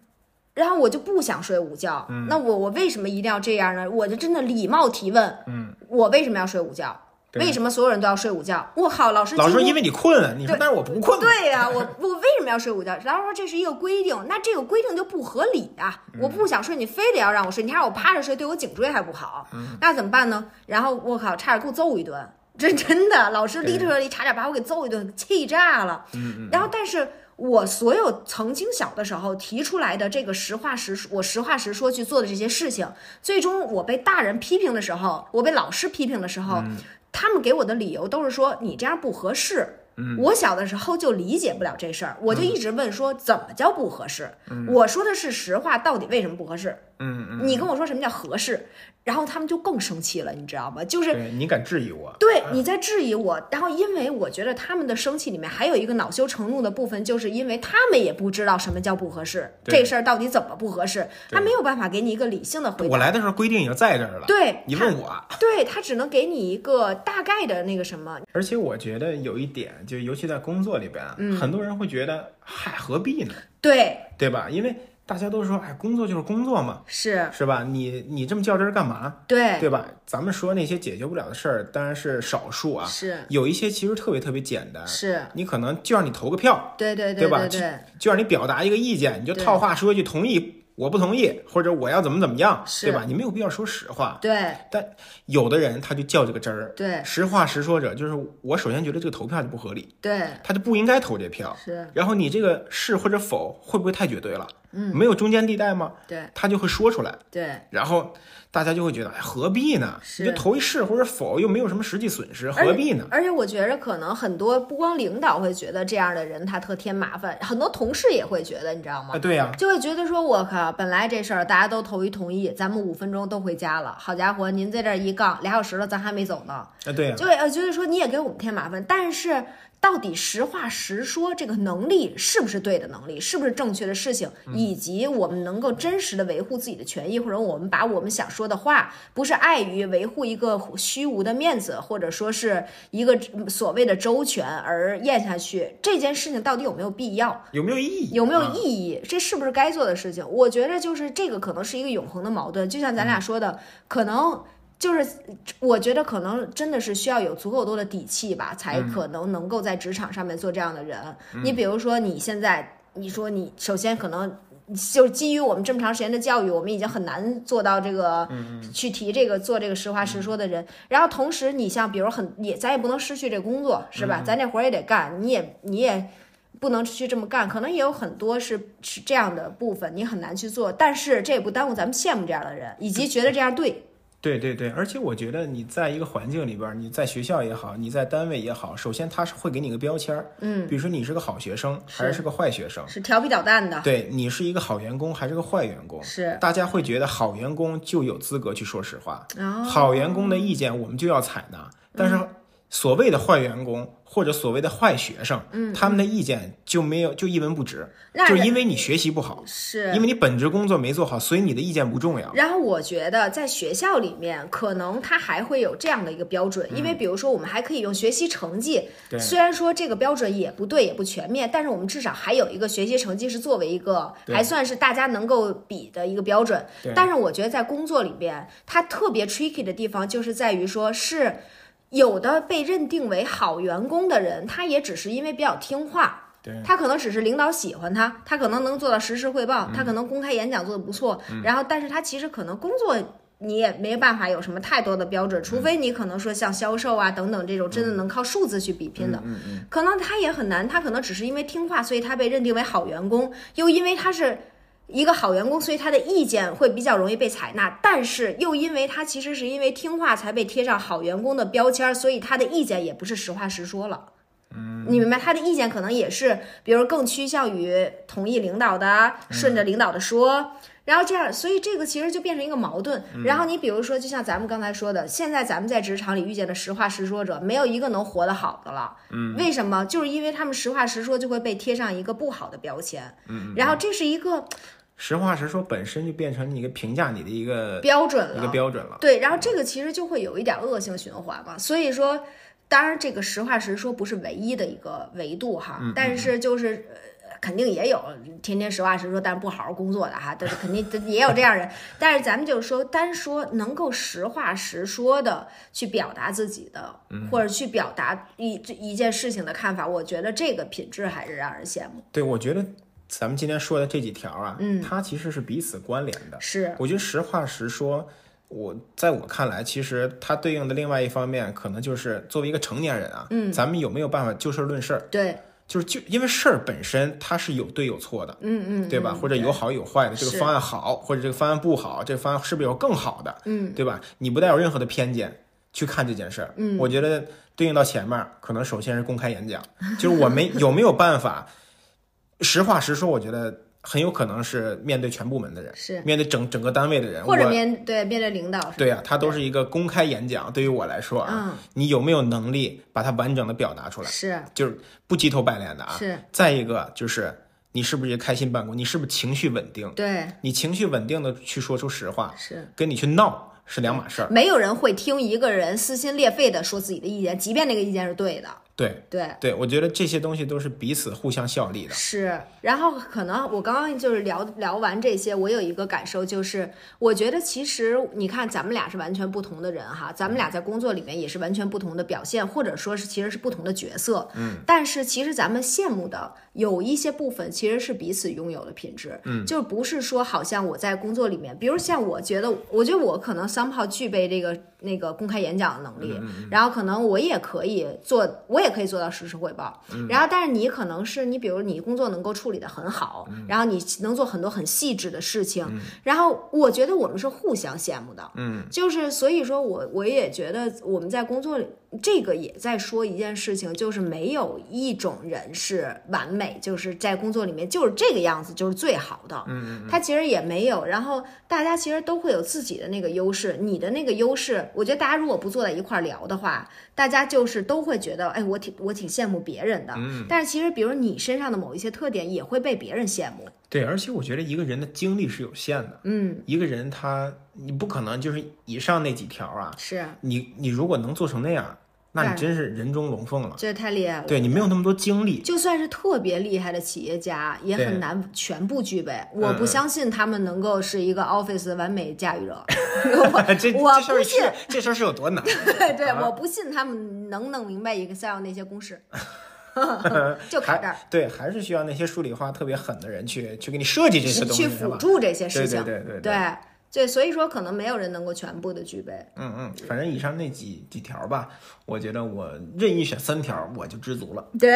Speaker 1: 然后我就不想睡午觉，嗯，那我我为什么一定要这样呢？我就真的礼貌提问，嗯，我为什么要睡午觉？
Speaker 2: 对
Speaker 1: 为什么所有人都要睡午觉？我靠，老师
Speaker 2: 老师说
Speaker 1: 几乎
Speaker 2: 因为你困啊，你说
Speaker 1: 对
Speaker 2: 但是我不困。
Speaker 1: 对呀、我 我为什么要睡午觉？老师说这是一个规定，那这个规定就不合理啊！我不想睡，你非得要让我睡，你还让我趴着睡，对我颈椎还不好，那怎么办呢？然后我靠，差点给我揍一顿，这真的，老师 literally 差点把我给揍一顿，气炸了。然后但是。我所有曾经小的时候提出来的这个实话实说，我实话实说去做的这些事情，最终我被大人批评的时候，我被老师批评的时候，他们给我的理由都是说你这样不合适，
Speaker 2: 嗯
Speaker 1: 我小的时候就理解不了这事儿，我就一直问说怎么叫不合适？我说的是实话，到底为什么不合适？
Speaker 2: 嗯嗯，
Speaker 1: 你跟我说什么叫合适，然后他们就更生气了，你知道吗？就是
Speaker 2: 对你敢质疑我？
Speaker 1: 对你在质疑我，然后因为我觉得他们的生气里面还有一个恼羞成怒的部分，就是因为他们也不知道什么叫不合适，
Speaker 2: 对
Speaker 1: 这事儿到底怎么不合适，他没有办法给你一个理性的回
Speaker 2: 我
Speaker 1: 答。
Speaker 2: 来的时候规定已经在这儿了，
Speaker 1: 对
Speaker 2: 你问我，
Speaker 1: 对他只能给你一个大概的那个什么，
Speaker 2: 而且我觉得有一点，就尤其在工作里边，啊
Speaker 1: 嗯
Speaker 2: 很多人会觉得，嗨，何必呢？
Speaker 1: 对，
Speaker 2: 对吧？因为大家都说，哎，工作就是工作嘛，
Speaker 1: 是，
Speaker 2: 是吧？你你这么较真儿干嘛？
Speaker 1: 对，
Speaker 2: 对吧？咱们说那些解决不了的事儿，当然是少数啊，
Speaker 1: 是
Speaker 2: 有一些其实特别特别简单，
Speaker 1: 是，
Speaker 2: 你可能就让你投个票，
Speaker 1: 对对
Speaker 2: 对吧
Speaker 1: 对对，
Speaker 2: 就让你表达一个意见，你就
Speaker 1: 对
Speaker 2: 套话说一句同意，我不同意，或者我要怎么怎么样，
Speaker 1: 是
Speaker 2: 对吧？你没有必要说实话。
Speaker 1: 对
Speaker 2: 但有的人他就较这个真儿，
Speaker 1: 对
Speaker 2: 实话实说者，就是我首先觉得这个投票就不合理，
Speaker 1: 对
Speaker 2: 他就不应该投这票。
Speaker 1: 是，
Speaker 2: 然后你这个是或者否会不会太绝对了？嗯，没有中间地带吗？
Speaker 1: 对
Speaker 2: 他就会说出来，
Speaker 1: 对，
Speaker 2: 然后大家就会觉得，哎，何必呢？
Speaker 1: 是
Speaker 2: 你就投一是或者否，又没有什么实际损失，何必呢？
Speaker 1: 而且我觉着可能很多不光领导会觉得这样的人他特添麻烦，很多同事也会觉得，你知道吗
Speaker 2: 啊，？对呀、
Speaker 1: 就会觉得说，我靠，本来这事儿大家都头一同意，咱们五分钟都回家了。好家伙，您在这儿一杠俩小时了，咱还没走呢，
Speaker 2: 啊，对呀、
Speaker 1: 就会呃觉得说你也给我们添麻烦。但是到底实话实说，这个能力是不是对的能力，是不是正确的事情，
Speaker 2: 嗯
Speaker 1: 以及我们能够真实的维护自己的权益，或者我们把我们想说的话，不是碍于维护一个虚无的面子，或者说是一个嗯所谓的周全而咽下去，这件事情到底有没有必要？
Speaker 2: 有没有意义？
Speaker 1: 有没有
Speaker 2: 啊
Speaker 1: 意义？这是不是该做的事情？我觉着就是这个可能是一个永恒的矛盾，就像咱
Speaker 2: 嗯
Speaker 1: 俩说的，可能就是我觉得可能真的是需要有足够多的底气吧，才
Speaker 2: 嗯
Speaker 1: 可能能够在职场上面做这样的人。你比如说你现在，你说你首先可能。就是基于我们这么长时间的教育，我们已经很难做到这个，
Speaker 2: 嗯
Speaker 1: 去提这个做这个实话实说的人。然后同时，你像比如很也，咱也不能失去这工作，是
Speaker 2: 嗯
Speaker 1: 吧？咱这活儿也得干，你也你也不能去这么干，可能也有很多是是这样的部分，你很难去做，但是这也不耽误咱们羡慕这样的人，以及觉得这样对。
Speaker 2: 对对对，而且我觉得你在一个环境里边儿，你在学校也好，你在单位也好，首先他是会给你一个标签儿，嗯，比如说你是个好学生还是
Speaker 1: 是
Speaker 2: 是个坏学生，
Speaker 1: 是调皮捣蛋的，
Speaker 2: 对你是一个好员工还是个坏员工，
Speaker 1: 是
Speaker 2: 大家会觉得好员工就有资格去说实话，
Speaker 1: 哦嗯
Speaker 2: 好员工的意见我们就要采纳，但是所谓的坏员工或者所谓的坏学生，嗯，他们的意见就没有就一文不值，
Speaker 1: 那
Speaker 2: 就
Speaker 1: 人
Speaker 2: 因为你学习不好，
Speaker 1: 是
Speaker 2: 因为你本职工作没做好，所以你的意见不重要。
Speaker 1: 然后我觉得在学校里面，可能他还会有这样的一个标准，因为比如说我们还可以用学习成绩，
Speaker 2: 对
Speaker 1: 虽然说这个标准也不对也不全面，但是我们至少还有一个学习成绩是作为一个
Speaker 2: 对
Speaker 1: 还算是大家能够比的一个标准
Speaker 2: 对。
Speaker 1: 但是我觉得在工作里边，它特别 tricky 的地方就是在于说是。有的被认定为好员工的人，他也只是因为比较听话，
Speaker 2: 对
Speaker 1: 他可能只是领导喜欢他，他可能能做到实时汇
Speaker 2: 嗯
Speaker 1: 报，他可能公开演讲做得不错，然后但是他其实可能工作。你也没办法有什么太多的标准，除非你可能说像销售啊等等这种真的能靠数字去比拼的，可能他也很难。他可能只是因为听话，所以他被认定为好员工，又因为他是一个好员工，所以他的意见会比较容易被采纳。但是又因为他其实是因为听话才被贴上好员工的标签儿，所以他的意见也不是实话实说了。你明白他的意见可能也是，比如更趋向于同意领导的啊，顺着领导的说，然后这样，所以这个其实就变成一个矛盾。然后你比如说，就像咱们刚才说的，现在咱们在职场里遇见的实话实说者，没有一个能活得好的了。嗯，为什么？就是因为他们实话实说，就会被贴上一个不好的标签。嗯，然后这是一个
Speaker 2: 实话实说，本身就变成你一个评价你的一个
Speaker 1: 标准
Speaker 2: 一个
Speaker 1: 了。
Speaker 2: 标准了。
Speaker 1: 对，然后这个其实就会有一点恶性循环嘛。所以说，当然这个实话实说不是唯一的一个维度哈，
Speaker 2: 嗯
Speaker 1: 但是就是。呃肯定也有天天实话实说，但是不好好工作的哈，但是肯定也有这样人。但是咱们就是说，单说能够实话实说的去表达自己的，
Speaker 2: 嗯
Speaker 1: 或者去表达一一件事情的看法，我觉得这个品质还是让人羡慕。
Speaker 2: 对，我觉得咱们今天说的这几条啊，嗯，它其实是彼此关联的。
Speaker 1: 是
Speaker 2: 我觉得实话实说，我在我看来，其实它对应的另外一方面，可能就是作为一个成年人啊，嗯，咱们有没有办法就事论事儿？
Speaker 1: 对，
Speaker 2: 就是就因为事儿本身它是有对有错的，
Speaker 1: 嗯嗯，
Speaker 2: 对吧？或者有好有坏的，这个
Speaker 1: 是
Speaker 2: 方案好，或者这个方案不好，这个方案是不是有更好的？嗯，对吧？你不带有任何的偏见。去看这件事儿。嗯，我觉得对应到前面儿，可能首先是公开演讲，就是我没有没有办法，实话实说，我觉得很有可能是面对全部门的人，
Speaker 1: 是
Speaker 2: 面对整整个单位的人，
Speaker 1: 或者
Speaker 2: 我
Speaker 1: 面对面对领导是吧？
Speaker 2: 对呀、啊它都是一个公开演讲。对于我来说啊，
Speaker 1: 嗯
Speaker 2: 你有没有能力把它完整的表达出来，
Speaker 1: 是
Speaker 2: 就是不鸡头白脸的啊。
Speaker 1: 是。
Speaker 2: 再一个就是你是不是开心办公，你是不是情绪稳定？
Speaker 1: 对
Speaker 2: 你情绪稳定的去说出实话，
Speaker 1: 是，
Speaker 2: 跟你去闹是两码事儿。
Speaker 1: 没有人会听一个人撕心裂肺的说自己的意见，即便那个意见是对的。
Speaker 2: 对
Speaker 1: 对，
Speaker 2: 对，我觉得这些东西都是彼此互相效力的。
Speaker 1: 是，然后可能我刚刚就是聊聊完这些，我有一个感受就是，我觉得其实你看咱们俩是完全不同的人哈，咱们俩在工作里面也是完全不同的表现，或者说是其实是不同的角色。嗯，但是其实咱们羡慕的有一些部分其实是彼此拥有的品质。嗯，就是不是说好像我在工作里面，比如像我觉得，我觉得我可能 somehow 具备这个那个公开演讲的能力，然后可能我也可以做，我也可以做到实时汇报。然后，但是你可能是你，比如你工作能够处理的很好，然后你能做很多很细致的事情。然后我觉得我们是互相羡慕的，嗯，就是所以说我我也觉得我们在工作里。这个也在说一件事情，就是没有一种人是完美，就是在工作里面就是这个样子就是最好的。嗯他其实也没有，然后大家其实都会有自己的那个优势，你的那个优势，我觉得大家如果不坐在一块儿聊的话，大家就是都会觉得，哎，我挺我挺羡慕别人的。嗯，但是其实比如你身上的某一些特点也会被别人羡慕。
Speaker 2: 对，而且我觉得一个人的精力是有限的。嗯，一个人他你不可能就是以上那几条啊，
Speaker 1: 是，
Speaker 2: 你你如果能做成那样，那你真是人中龙凤了。
Speaker 1: 这太厉害了。
Speaker 2: 对你没有那么多精力，
Speaker 1: 就算是特别厉害的企业家，也
Speaker 2: 对嗯
Speaker 1: 很难全部具备。我不相信他们能够是一个 office 的完美驾驭 者。
Speaker 2: 这哎这
Speaker 1: 我
Speaker 2: 事
Speaker 1: 不
Speaker 2: 儿啊
Speaker 1: 信
Speaker 2: 是这事儿是 有多难？
Speaker 1: 对对，我不信他们能弄明白 Excel 那些公 式，就卡这儿
Speaker 2: 还，对，还是需要那些数理化特别狠的人去去给你设计这些东西，
Speaker 1: 去
Speaker 2: 是
Speaker 1: 辅
Speaker 2: 吧？
Speaker 1: 助这些事情。
Speaker 2: 对对对对对
Speaker 1: 对对所以说可能没有人能够全部的具备。
Speaker 2: 嗯嗯，反正以上那几几条吧，我觉得我任意选三条我就知足了。
Speaker 1: 对，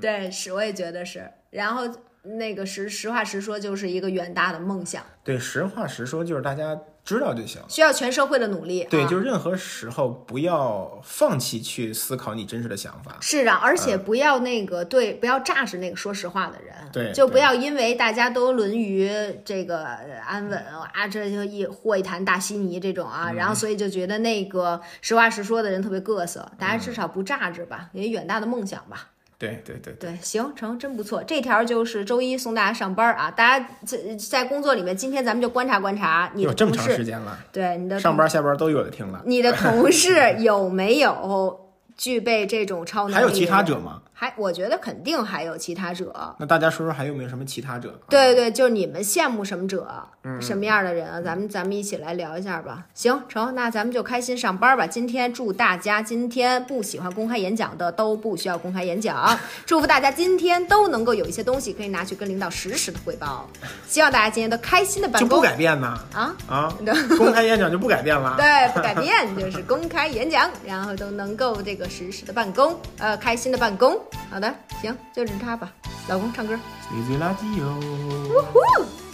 Speaker 1: 对，是，我也觉得是。然后那个实实话实说，就是一个远大的梦想，
Speaker 2: 对，实话实说，就是大家知道就行。
Speaker 1: 需要全社会的努力。
Speaker 2: 对，
Speaker 1: 啊
Speaker 2: 就任何时候不要放弃去思考你真实的想法。
Speaker 1: 是啊，而且不要那个对，不要榨着那个说实话的人，
Speaker 2: 对
Speaker 1: 就不
Speaker 2: 对
Speaker 1: 要因为大家都沦于这个呃安稳啊，这就一或一谈大稀泥这种
Speaker 2: 嗯
Speaker 1: 啊，然后所以就觉得那个实话实说的人特别各色，
Speaker 2: 嗯
Speaker 1: 大家至少不榨着吧，也远大的梦想吧。
Speaker 2: 对对对，
Speaker 1: 对，行，成，真不错。这条就是周一送大家上班啊，大家在在工作里面，今天咱们就观察观察你
Speaker 2: 有
Speaker 1: 的
Speaker 2: 这么
Speaker 1: 同
Speaker 2: 长时
Speaker 1: 事，
Speaker 2: 间了，
Speaker 1: 对你的
Speaker 2: 上
Speaker 1: 同
Speaker 2: 班下班都有的听了。
Speaker 1: 你的同事有没有具备这种超能力？
Speaker 2: 还有其他者吗？
Speaker 1: 还我觉得肯定还有其他者。
Speaker 2: 那大家说说还有没有什么其他者？，
Speaker 1: 对对，就是你们羡慕什么者，
Speaker 2: 嗯
Speaker 1: 什么样的人啊？咱们咱们一起来聊一下吧。行，成，那咱们就开心上班吧。今天祝大家今天不喜欢公开演讲的都不需要公开演 讲，祝福大家今天都能够有一些东西可以拿去跟领导实时的汇 报。希望大家今天都开心的办
Speaker 2: 就
Speaker 1: 公
Speaker 2: 不改变呐
Speaker 1: 啊。
Speaker 2: 啊！公开演讲就不改变了。
Speaker 1: 对，不改变就是公开演讲，然后都能够这个实时的办公，呃，开心的办公。好的，行，就是他吧。老公唱歌。
Speaker 2: 嘴嘴垃圾哟。
Speaker 1: Woo!